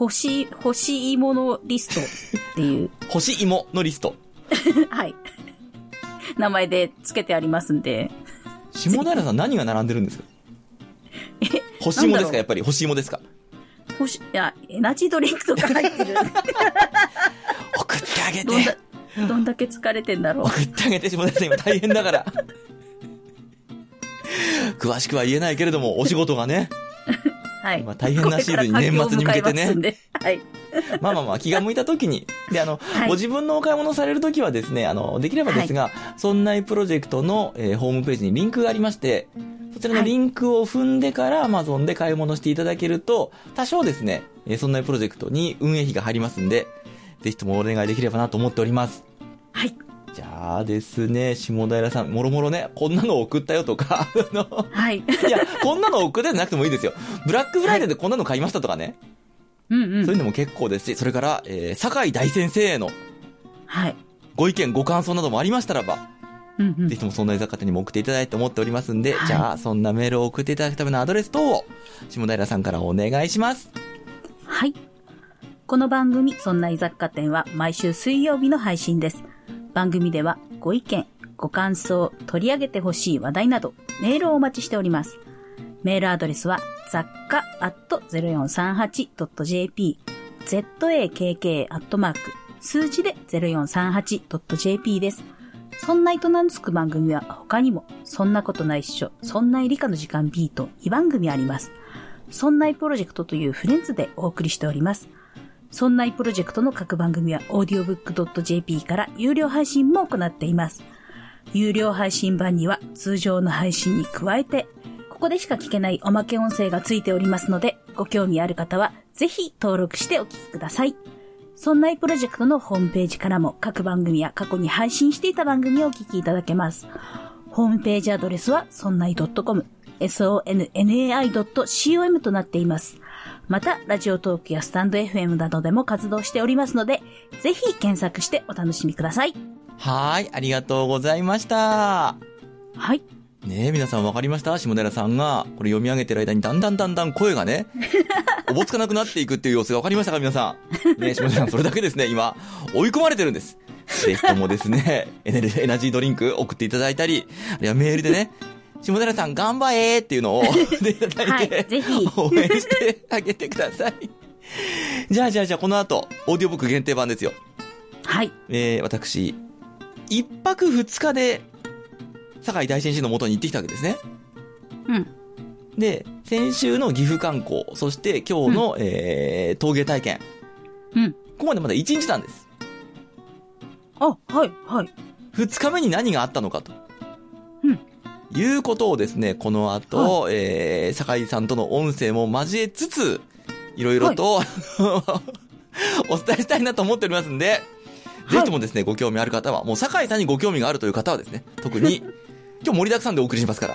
Speaker 2: 欲しい、欲しいものリストっていう、 [LAUGHS]
Speaker 1: ー星芋のリスト。
Speaker 2: はい。名前で付けてありますんで、
Speaker 1: 下平さん何が並んでるんですか星芋ですかやっぱり星芋ですか
Speaker 2: 欲し、いや、エナジードリンクとか入ってる。
Speaker 1: 送ってあげ
Speaker 2: どん
Speaker 1: て
Speaker 2: だ、どんだけ疲れてんだろう。
Speaker 1: 送ってあげて下田さん今大変だから詳しくは言えないけれどもお仕事がね
Speaker 2: はい。
Speaker 1: まあ大変なシーズンに
Speaker 2: これから
Speaker 1: 年末に向けてね
Speaker 2: 佳境を迎えますんではい。
Speaker 1: まあまあまあ気が向いた時にであの、
Speaker 2: はい
Speaker 1: ご自分のお買い物される時はですねあのできればですが、そんないプロジェクトの、えーホームページにリンクがありましてそちらのリンクを踏んでから Amazon で買い物していただけると多少ですね、えーそんないプロジェクトに運営費が入りますんでぜひともお願いできればなと思っております
Speaker 2: はい。
Speaker 1: じゃあですね、下平さん、もろもろね、こんなの送ったよとか、あの、
Speaker 2: はい。
Speaker 1: いや、こんなの送ってなくてもいいですよ。ブラックフライデーでこんなの買いましたとかね、
Speaker 2: うんう
Speaker 1: そうい
Speaker 2: ん。
Speaker 1: うのも結構ですし、それから、えー、酒井大先生への
Speaker 2: はい。
Speaker 1: ご意見、ご感想などもありましたらば、
Speaker 2: うんうん
Speaker 1: ぜひ。ともそんな居酒屋にも送っていただいて思っておりますんで、
Speaker 2: はい
Speaker 1: じゃあ、そんなメールを送っていただくためのアドレス等を、下平さんからお願いします。
Speaker 2: はい。この番組、そんな居雑貨店は毎週水曜日の配信です。番組ではご意見、ご感想、取り上げてほしい話題など、メールをお待ちしております。メールアドレスは、雑貨 0438.jp、zakk アットマーク、数字で 0438.jp です。そんないと名のつく番組は他にも、そんなことないっしょ、そんない理科の時間 B と2番組あります。そんないプロジェクトというフレンズでお送りしております。そんないプロジェクトの各番組は audiobook.jp から有料配信も行っています。有料配信版には通常の配信に加えて、ここでしか聞けないおまけ音声がついておりますので、ご興味ある方はぜひ登録してお聞きください。そんないプロジェクトのホームページからも各番組や過去に配信していた番組をお聞きいただけます。ホームページアドレスは、そんない .com、sonnai.com となっています。また、ラジオトークやスタンド FM などでも活動しておりますので、ぜひ検索してお楽しみください。
Speaker 1: はーい、ありがとうございました。
Speaker 2: はい。
Speaker 1: ねえ、皆さん分かりました下平さんが、これ読み上げてる間にだんだんだんだん声が
Speaker 2: [LAUGHS]
Speaker 1: ね、おぼつかなくなっていくっていう様子が分かりましたか皆さん。ねえ、下平さん、それだけですね、今、追い込まれてるんです。ぜひともですね、 [LAUGHS] エネルエナジードリンク送っていただいたり、あるいはメールでね、下平さん頑張れーっていう
Speaker 2: [LAUGHS]
Speaker 1: のを送っていただ [LAUGHS] いて、
Speaker 2: はいぜひ
Speaker 1: 応援してあげてください。じゃあじゃあじゃあ、この後、オーディオブック限定版ですよ。
Speaker 2: はい。
Speaker 1: えー、私、一泊二日で、堺大先生の元に行ってきたわけですね。
Speaker 2: うん。
Speaker 1: で、先週の岐阜観光、そして今日の、えー、陶芸体験。
Speaker 2: うん。
Speaker 1: ここまでまだ1日なんです。
Speaker 2: あ、はい、はい。
Speaker 1: 2日目に何があったのかと。
Speaker 2: うん
Speaker 1: いうことをですね、この後、えー、坂井さんとの音声も交えつつ、いろいろと、 [LAUGHS] お伝えしたいなと思っておりますんで、
Speaker 2: はい
Speaker 1: ぜひともですね、ご興味ある方は、もう坂井さんにご興味があるという方はですね、特に、今日盛りだくさんでお送りしますから、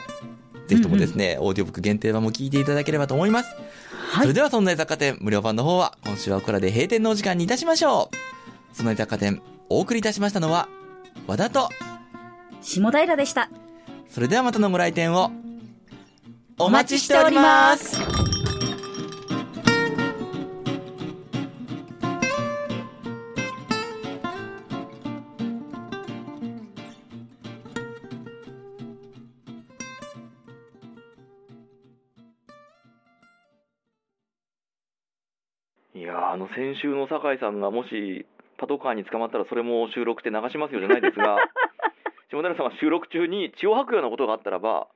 Speaker 1: ぜひともですね、オーディオブック限定版も聞いていただければと思います。
Speaker 2: は
Speaker 1: それ
Speaker 2: い。
Speaker 1: では、そんな雑貨店無料版の方は、今週はここらで閉店のお時間にいたしましょう。そんな雑貨店、お送りいたしましたのは、和田と、
Speaker 2: 下平でした。
Speaker 1: それではまたのご来店を、お待ちしております。いやーあの先週の酒井さんがもしパトカーに捕まったらそれも収録って流しますよじゃないです [LAUGHS] が下平さんは収録中に血を吐くようなことがあったらば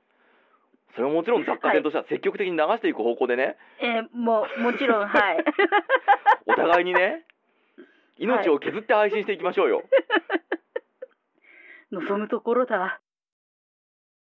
Speaker 1: それはもちろん雑貨店としては積極的に流していく方向でね、
Speaker 2: えーもう、もちろん、 [LAUGHS] はい。
Speaker 1: お互いにね命を削って配信していきましょうよ。
Speaker 2: 望むところだ。